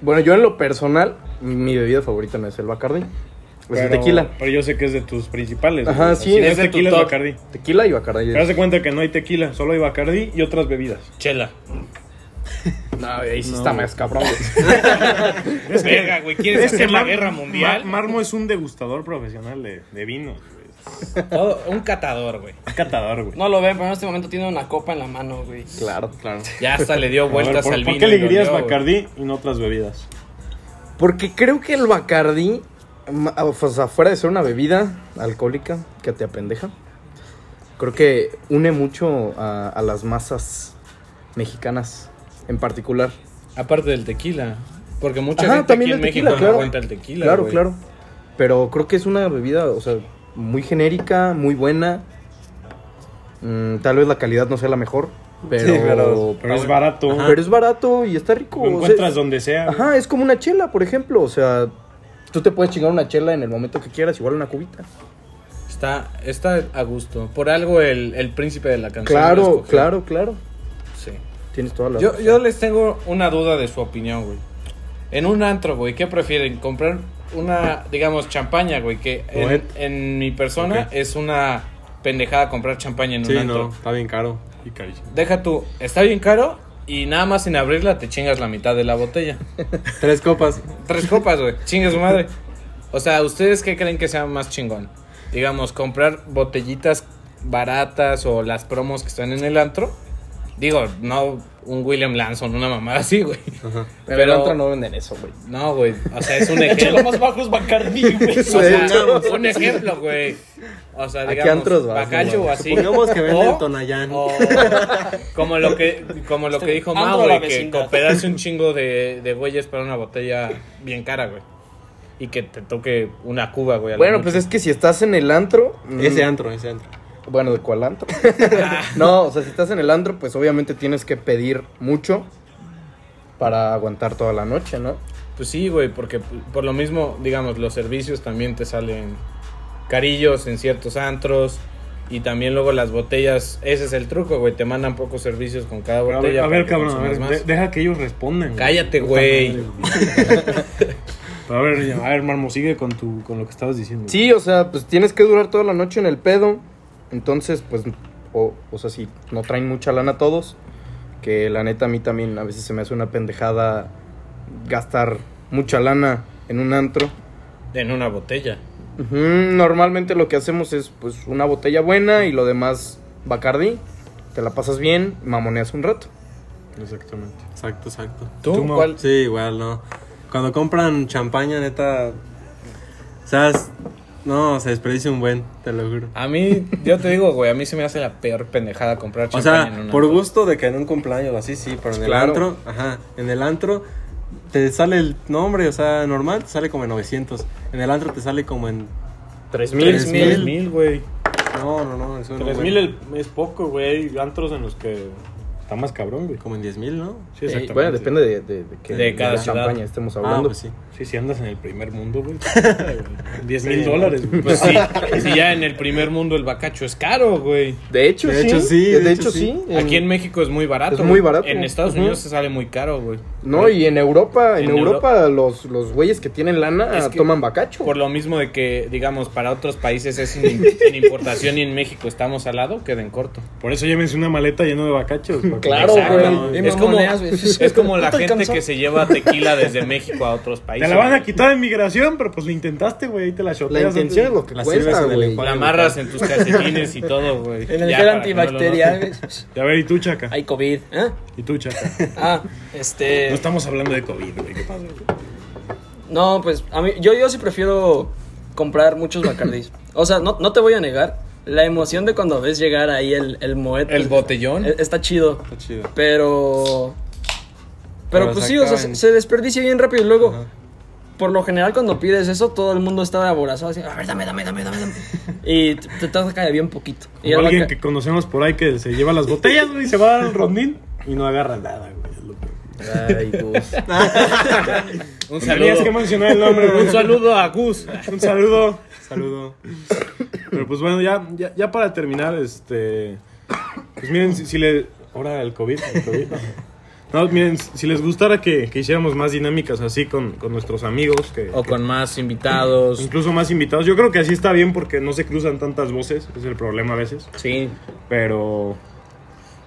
Speaker 5: Bueno, yo en lo personal, mi bebida favorita no es el Bacardi. Es Pues el
Speaker 2: Pero-
Speaker 5: tequila.
Speaker 2: Pero yo sé que es de tus principales.
Speaker 5: Ajá,
Speaker 2: güey.
Speaker 5: sí,
Speaker 2: Si no
Speaker 5: es
Speaker 2: es
Speaker 5: de tu
Speaker 2: tequila, es
Speaker 5: top.
Speaker 2: Bacardí.
Speaker 5: Tequila y Bacardi.
Speaker 2: Pero haz de cuenta que no hay tequila, solo hay Bacardí y otras bebidas.
Speaker 1: Chela.
Speaker 5: No, Ah, ahí sí está más cabrón.
Speaker 1: Es verga, güey. ¿Quieres hacer la
Speaker 2: Mar-
Speaker 1: guerra mundial?
Speaker 2: Mar- Marmo es un degustador profesional de, de vinos, güey.
Speaker 1: Todo- un catador, güey.
Speaker 2: Es catador, güey.
Speaker 4: No lo ven, pero en este momento tiene una copa en la mano, güey.
Speaker 5: claro, claro.
Speaker 1: Ya hasta le dio
Speaker 2: A ver,
Speaker 1: vueltas
Speaker 2: ¿por,
Speaker 1: al
Speaker 2: por
Speaker 1: vino.
Speaker 2: qué
Speaker 1: y lo
Speaker 2: elegirías
Speaker 1: dio, güey.
Speaker 2: Bacardí y no otras bebidas?
Speaker 5: Porque creo que el Bacardi, ma- o sea, fuera de ser una bebida alcohólica que te apendeja, creo que une mucho a, a las masas mexicanas en particular.
Speaker 1: Aparte del tequila. Porque mucha
Speaker 5: Ajá,
Speaker 1: gente aquí
Speaker 5: también
Speaker 1: en
Speaker 5: el tequila,
Speaker 1: México no
Speaker 5: claro.
Speaker 1: aguanta el tequila,
Speaker 5: claro,
Speaker 1: güey.
Speaker 5: claro. Pero creo que es una bebida, o sea, muy genérica, muy buena. Mm, tal vez la calidad no sea la mejor, pero,
Speaker 3: Sí, pero-
Speaker 2: Pero es barato.
Speaker 5: pero es barato y está rico.
Speaker 2: Lo
Speaker 5: o sea,
Speaker 2: encuentras donde sea. güey.
Speaker 5: Ajá, es como una chela, por ejemplo. O sea, tú te puedes chingar una chela en el momento que quieras, igual una cubita.
Speaker 1: Está, está a gusto. Por algo el, el príncipe de la canción. lo
Speaker 5: Claro,
Speaker 1: escogió.
Speaker 5: claro, claro.
Speaker 1: Sí.
Speaker 5: Tienes toda la.
Speaker 1: Yo, yo les tengo una duda de su opinión, güey. En un antro, güey, ¿qué prefieren? ¿Comprar una, digamos, champaña, güey? Que en,
Speaker 2: What?
Speaker 1: en mi persona
Speaker 2: Ok.
Speaker 1: es una pendejada comprar champaña en un
Speaker 3: Sí,
Speaker 1: antro.
Speaker 3: no, está bien caro.
Speaker 2: Y carísimo.
Speaker 1: Deja tú, está bien caro y nada más sin abrirla te chingas la mitad de la botella.
Speaker 3: Tres copas.
Speaker 1: Tres copas, güey. Chingue su madre. O sea, ¿ustedes qué creen que sea más chingón? Digamos, comprar botellitas baratas o las promos que están en el antro. Digo, no un William Lanson, una mamada así, güey.
Speaker 5: Pero el
Speaker 1: Pero-
Speaker 5: antro no venden eso, güey.
Speaker 1: No, güey. O sea, es un
Speaker 6: hecho, lo
Speaker 1: ejemplo.
Speaker 6: más bajo es Bacardi, güey.
Speaker 1: O sea,
Speaker 3: Supongamos.
Speaker 1: un ejemplo, güey. O sea,
Speaker 5: ¿A qué
Speaker 1: digamos,
Speaker 5: antros vas,
Speaker 1: Bacacho
Speaker 5: güey?
Speaker 1: o así.
Speaker 3: Supongamos que vende
Speaker 1: O-
Speaker 3: el Tonayán.
Speaker 1: o como lo que como lo que dijo Mau,
Speaker 6: Antro de la
Speaker 1: güey, que
Speaker 6: vecindad.
Speaker 1: cooperarse un chingo de, de güeyes para una botella bien cara, güey. Y que te toque una cuba, güey. a la
Speaker 5: Bueno,
Speaker 1: noche.
Speaker 5: pues es que si estás en el antro. mm,
Speaker 3: Ese antro, ese antro.
Speaker 5: Bueno, ¿de cuál antro? no, o sea, si estás en el antro, pues obviamente tienes que pedir mucho para aguantar toda la noche, ¿no?
Speaker 1: Pues sí, güey, porque p- por lo mismo, digamos, los servicios también te salen carillos en ciertos antros. Y también luego las botellas, ese es el truco, güey, te mandan pocos servicios con cada
Speaker 2: Pero
Speaker 1: botella.
Speaker 2: A ver,
Speaker 1: para
Speaker 2: a ver,
Speaker 1: que
Speaker 2: cabrón, a
Speaker 1: consumas
Speaker 2: ver,
Speaker 1: más.
Speaker 2: de- deja que ellos responden.
Speaker 1: Cállate,
Speaker 2: Puta
Speaker 1: güey.
Speaker 2: madre, güey. a ver, ya, a ver, Marmo, sigue con, tu, con lo que estabas diciendo.
Speaker 5: Sí, o sea, pues tienes que durar toda la noche en el pedo. Entonces, pues, o, o sea, si no traen mucha lana todos, que la neta a mí también a veces se me hace una pendejada gastar mucha lana en un antro.
Speaker 1: En una botella.
Speaker 5: Ujú, Normalmente lo que hacemos es pues una botella buena y lo demás Bacardi. Te la pasas bien, mamoneas un rato.
Speaker 2: Exactamente.
Speaker 3: Exacto, exacto.
Speaker 1: ¿Tú?
Speaker 2: Tú, Mau.
Speaker 1: ¿Cuál?
Speaker 3: Sí, igual, no. Cuando compran champaña, neta. ¿Sabes? No, se desperdicia un buen, te lo juro.
Speaker 1: A mí, yo te digo, güey, a mí se me hace la peor pendejada comprar
Speaker 3: O
Speaker 1: champaña
Speaker 3: sea,
Speaker 1: en una
Speaker 3: por gusto de que en un cumpleaños o así, sí, pero en el
Speaker 5: Claro.
Speaker 3: antro, ajá, en el antro te sale el nombre, o sea, normal te sale como en 900. En el antro te sale como en.
Speaker 5: Tres
Speaker 3: mil.
Speaker 5: mil.
Speaker 3: Tres mil.
Speaker 2: Tres mil, güey.
Speaker 3: No, no, no, eso no,
Speaker 2: 3000
Speaker 3: bueno,
Speaker 2: el- es poco, güey. Hay Antros en los que está más cabrón, güey.
Speaker 3: Como en 10 mil, ¿no?
Speaker 2: Sí, exactamente.
Speaker 5: Eh, Bueno, depende de, de, de qué-
Speaker 1: De cada
Speaker 5: la
Speaker 1: ciudad.
Speaker 5: campaña estemos
Speaker 3: Ah,
Speaker 5: hablando.
Speaker 3: pues sí.
Speaker 2: Sí, si andas en el primer mundo, güey. 10
Speaker 3: Sí.
Speaker 2: mil dólares, güey.
Speaker 1: Pues sí, si ya en el primer mundo el bacacho es caro, güey.
Speaker 5: De hecho,
Speaker 3: De
Speaker 5: sí.
Speaker 3: hecho, sí,
Speaker 5: De,
Speaker 3: de
Speaker 5: hecho,
Speaker 3: hecho,
Speaker 5: sí.
Speaker 1: Aquí en México es muy barato.
Speaker 5: Es muy
Speaker 1: güey.
Speaker 5: barato.
Speaker 1: En Estados
Speaker 5: Ujú.
Speaker 1: Unidos se sale muy caro, güey.
Speaker 5: No, y en Europa, en,
Speaker 1: En
Speaker 5: Europa, los los güeyes que tienen lana
Speaker 1: Es que-
Speaker 5: toman bacacho.
Speaker 1: Por lo mismo de que, digamos, para otros países es sin, sin importación y en México estamos al lado, queden corto.
Speaker 2: Por eso llévense una maleta llena de bacachos. para que-
Speaker 5: Claro,
Speaker 1: Exacto.
Speaker 5: güey.
Speaker 6: Y
Speaker 1: Es como,
Speaker 6: mamoneas, güey.
Speaker 1: es como la
Speaker 6: No te
Speaker 1: gente
Speaker 6: alcanzó.
Speaker 1: que se lleva tequila desde México a otros países.
Speaker 2: Te la van
Speaker 1: güey.
Speaker 2: a quitar en migración, pero pues la intentaste, güey. Ahí te la
Speaker 5: La
Speaker 2: shoteas.
Speaker 5: intención es lo que
Speaker 3: Las
Speaker 5: cuesta,
Speaker 3: sirves en el
Speaker 5: güey.
Speaker 3: enjuague.
Speaker 1: La amarras en tus calcetines y todo, güey.
Speaker 4: En el
Speaker 1: Ya,
Speaker 4: gel
Speaker 1: para que no lo
Speaker 4: antibacterial, güey.
Speaker 2: Y a ver, y tú, Chaca.
Speaker 4: Hay COVID. ¿Eh?
Speaker 2: Y tú, Chaca.
Speaker 4: Ah, este.
Speaker 2: No estamos hablando de COVID, güey. ¿Qué pasa, güey?
Speaker 4: No, pues a mí, yo, yo sí prefiero comprar muchos Bacardís. O sea, no, no te voy a negar, la emoción de cuando ves llegar ahí el, el moed.
Speaker 1: El botellón.
Speaker 4: e- Está chido,
Speaker 3: Está chido.
Speaker 4: pero... Pero,
Speaker 3: Pero
Speaker 4: pues
Speaker 3: se
Speaker 4: sí, o sea,
Speaker 3: acaba
Speaker 4: se,
Speaker 3: en-
Speaker 4: se desperdicia bien rápido y luego...
Speaker 3: Ajá.
Speaker 4: Por lo general cuando pides eso, todo el mundo está aborazado así, a ver, dame, dame, dame, dame, dame. Y te, te toca de bien poquito. Y
Speaker 2: Como
Speaker 4: el
Speaker 2: alguien
Speaker 4: Baca-
Speaker 2: que conocemos por ahí que se lleva las botellas, güey, y se va al rondín y no agarra nada, güey. es lo peor.
Speaker 5: Ay, Gus.
Speaker 1: lo- Un
Speaker 2: Tenías que
Speaker 1: saludo.
Speaker 2: mencionar el nombre, güey.
Speaker 1: Un saludo a Gus.
Speaker 2: Un saludo.
Speaker 3: Saludo.
Speaker 2: Pero pues bueno, ya, ya, ya para terminar, este. Pues miren, si, si le. Ahora el COVID. el COVID. No, miren, si les gustara que, que hiciéramos más dinámicas así con, con nuestros amigos, que,
Speaker 1: O
Speaker 2: que-
Speaker 1: con más invitados.
Speaker 2: incluso más invitados. Yo creo que así está bien porque no se cruzan tantas voces, es el problema a veces.
Speaker 1: Sí.
Speaker 2: Pero.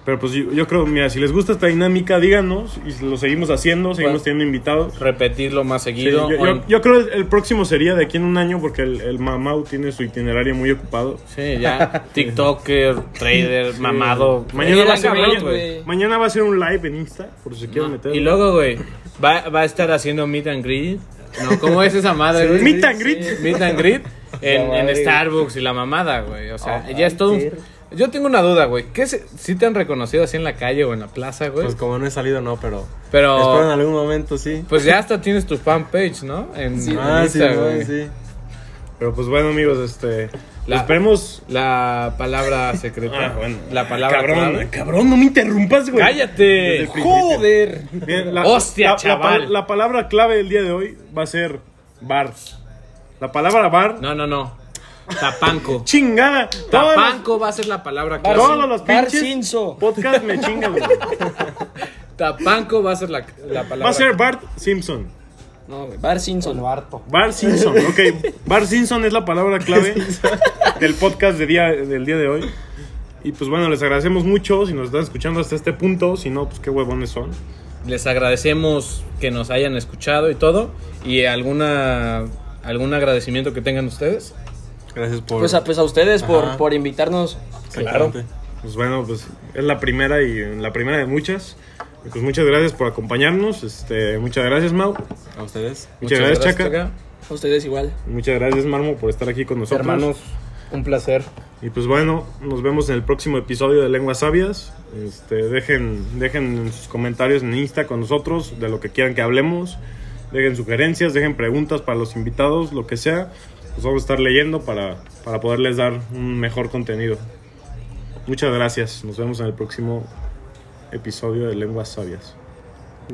Speaker 2: Pero pues yo, yo creo, mira, si les gusta esta dinámica, díganos y lo seguimos haciendo, seguimos
Speaker 1: Bueno.
Speaker 2: teniendo invitados.
Speaker 1: Repetirlo más
Speaker 2: Sí,
Speaker 1: seguido.
Speaker 2: yo, yo-
Speaker 1: o en-
Speaker 2: yo creo el, el próximo sería de aquí en un año porque el, el Mamau tiene su itinerario muy ocupado.
Speaker 1: Sí, ya. TikToker, trader, mamado.
Speaker 2: Mañana va, a
Speaker 4: Era
Speaker 2: ser,
Speaker 4: Gabriel,
Speaker 2: mañana-
Speaker 4: güey.
Speaker 2: mañana va a ser un live en Insta, por si se quieren meter.
Speaker 1: Y luego, güey, va, va a estar haciendo meet and greet. No, ¿cómo es esa madre? güey?
Speaker 2: Meet and greet.
Speaker 1: Meet and greet en, en Starbucks y la mamada, güey. O sea, ya es todo un- Yo tengo una duda, güey. ¿Qué se- si te han reconocido así en la calle o en la plaza, güey?
Speaker 3: Pues como no he salido, no, pero.
Speaker 1: Pero-
Speaker 3: Espero en algún momento, sí.
Speaker 1: Pues ya hasta tienes tu fanpage, ¿no? En, en
Speaker 3: ah, sí,
Speaker 1: Insta,
Speaker 3: güey,
Speaker 1: güey.
Speaker 3: sí.
Speaker 2: Pero pues bueno, amigos, este.
Speaker 1: La-
Speaker 2: Esperemos.
Speaker 1: La palabra secreta.
Speaker 2: Ah, bueno.
Speaker 1: La palabra
Speaker 2: Cabrón, ¿eh?
Speaker 1: clave.
Speaker 2: cabrón, no me interrumpas, güey. Desde
Speaker 1: ¡Cállate!
Speaker 2: el principio.
Speaker 1: ¡Joder!
Speaker 2: Bien, la-
Speaker 1: Hostia,
Speaker 2: la- la
Speaker 1: chaval.
Speaker 2: pal- La, palabra clave del día de hoy va a ser bar. La palabra bar.
Speaker 1: No, no, no. Tapanco.
Speaker 2: Chingada. Todos los-
Speaker 1: Tapanco va a ser la palabra clave.
Speaker 2: Todos los
Speaker 6: Bar
Speaker 2: pinches
Speaker 6: Cinso.
Speaker 2: podcast me chingan, güey.
Speaker 1: Tapanco va a ser la, la palabra
Speaker 2: Va a ser Bart Simpson.
Speaker 4: No, güey, Bar Simpson.
Speaker 5: Lo harto.
Speaker 2: Bar Simpson, ok. Bar Simpson es la palabra clave del podcast de día, del día de hoy. Y pues bueno, les agradecemos mucho si nos están escuchando hasta este punto. Si no, pues qué huevones son.
Speaker 1: Les agradecemos que nos hayan escuchado y todo. ¿Y alguna algún agradecimiento que tengan ustedes?
Speaker 3: Gracias por.
Speaker 4: Pues a, pues a ustedes
Speaker 3: Ajá.
Speaker 4: por, por invitarnos.
Speaker 3: Exactamente.
Speaker 2: Pues bueno, pues es la primera y la primera de muchas. Y pues muchas gracias por acompañarnos. Este, muchas gracias, Mau. Muchas,
Speaker 3: A ustedes.
Speaker 2: gracias, Chaca.
Speaker 4: A ustedes igual.
Speaker 2: Muchas gracias, Marmo, por estar aquí con nosotros.
Speaker 5: Hermanos, un placer.
Speaker 2: Y pues bueno, nos vemos en el próximo episodio de Lenguas Sabias. Este, dejen, dejen sus comentarios en Insta con nosotros de lo que quieran que hablemos. Dejen sugerencias, dejen preguntas para los invitados, lo que sea. Los vamos a estar leyendo para, para poderles dar un mejor contenido. Muchas gracias. Nos vemos en el próximo episodio de Lenguas Sabias.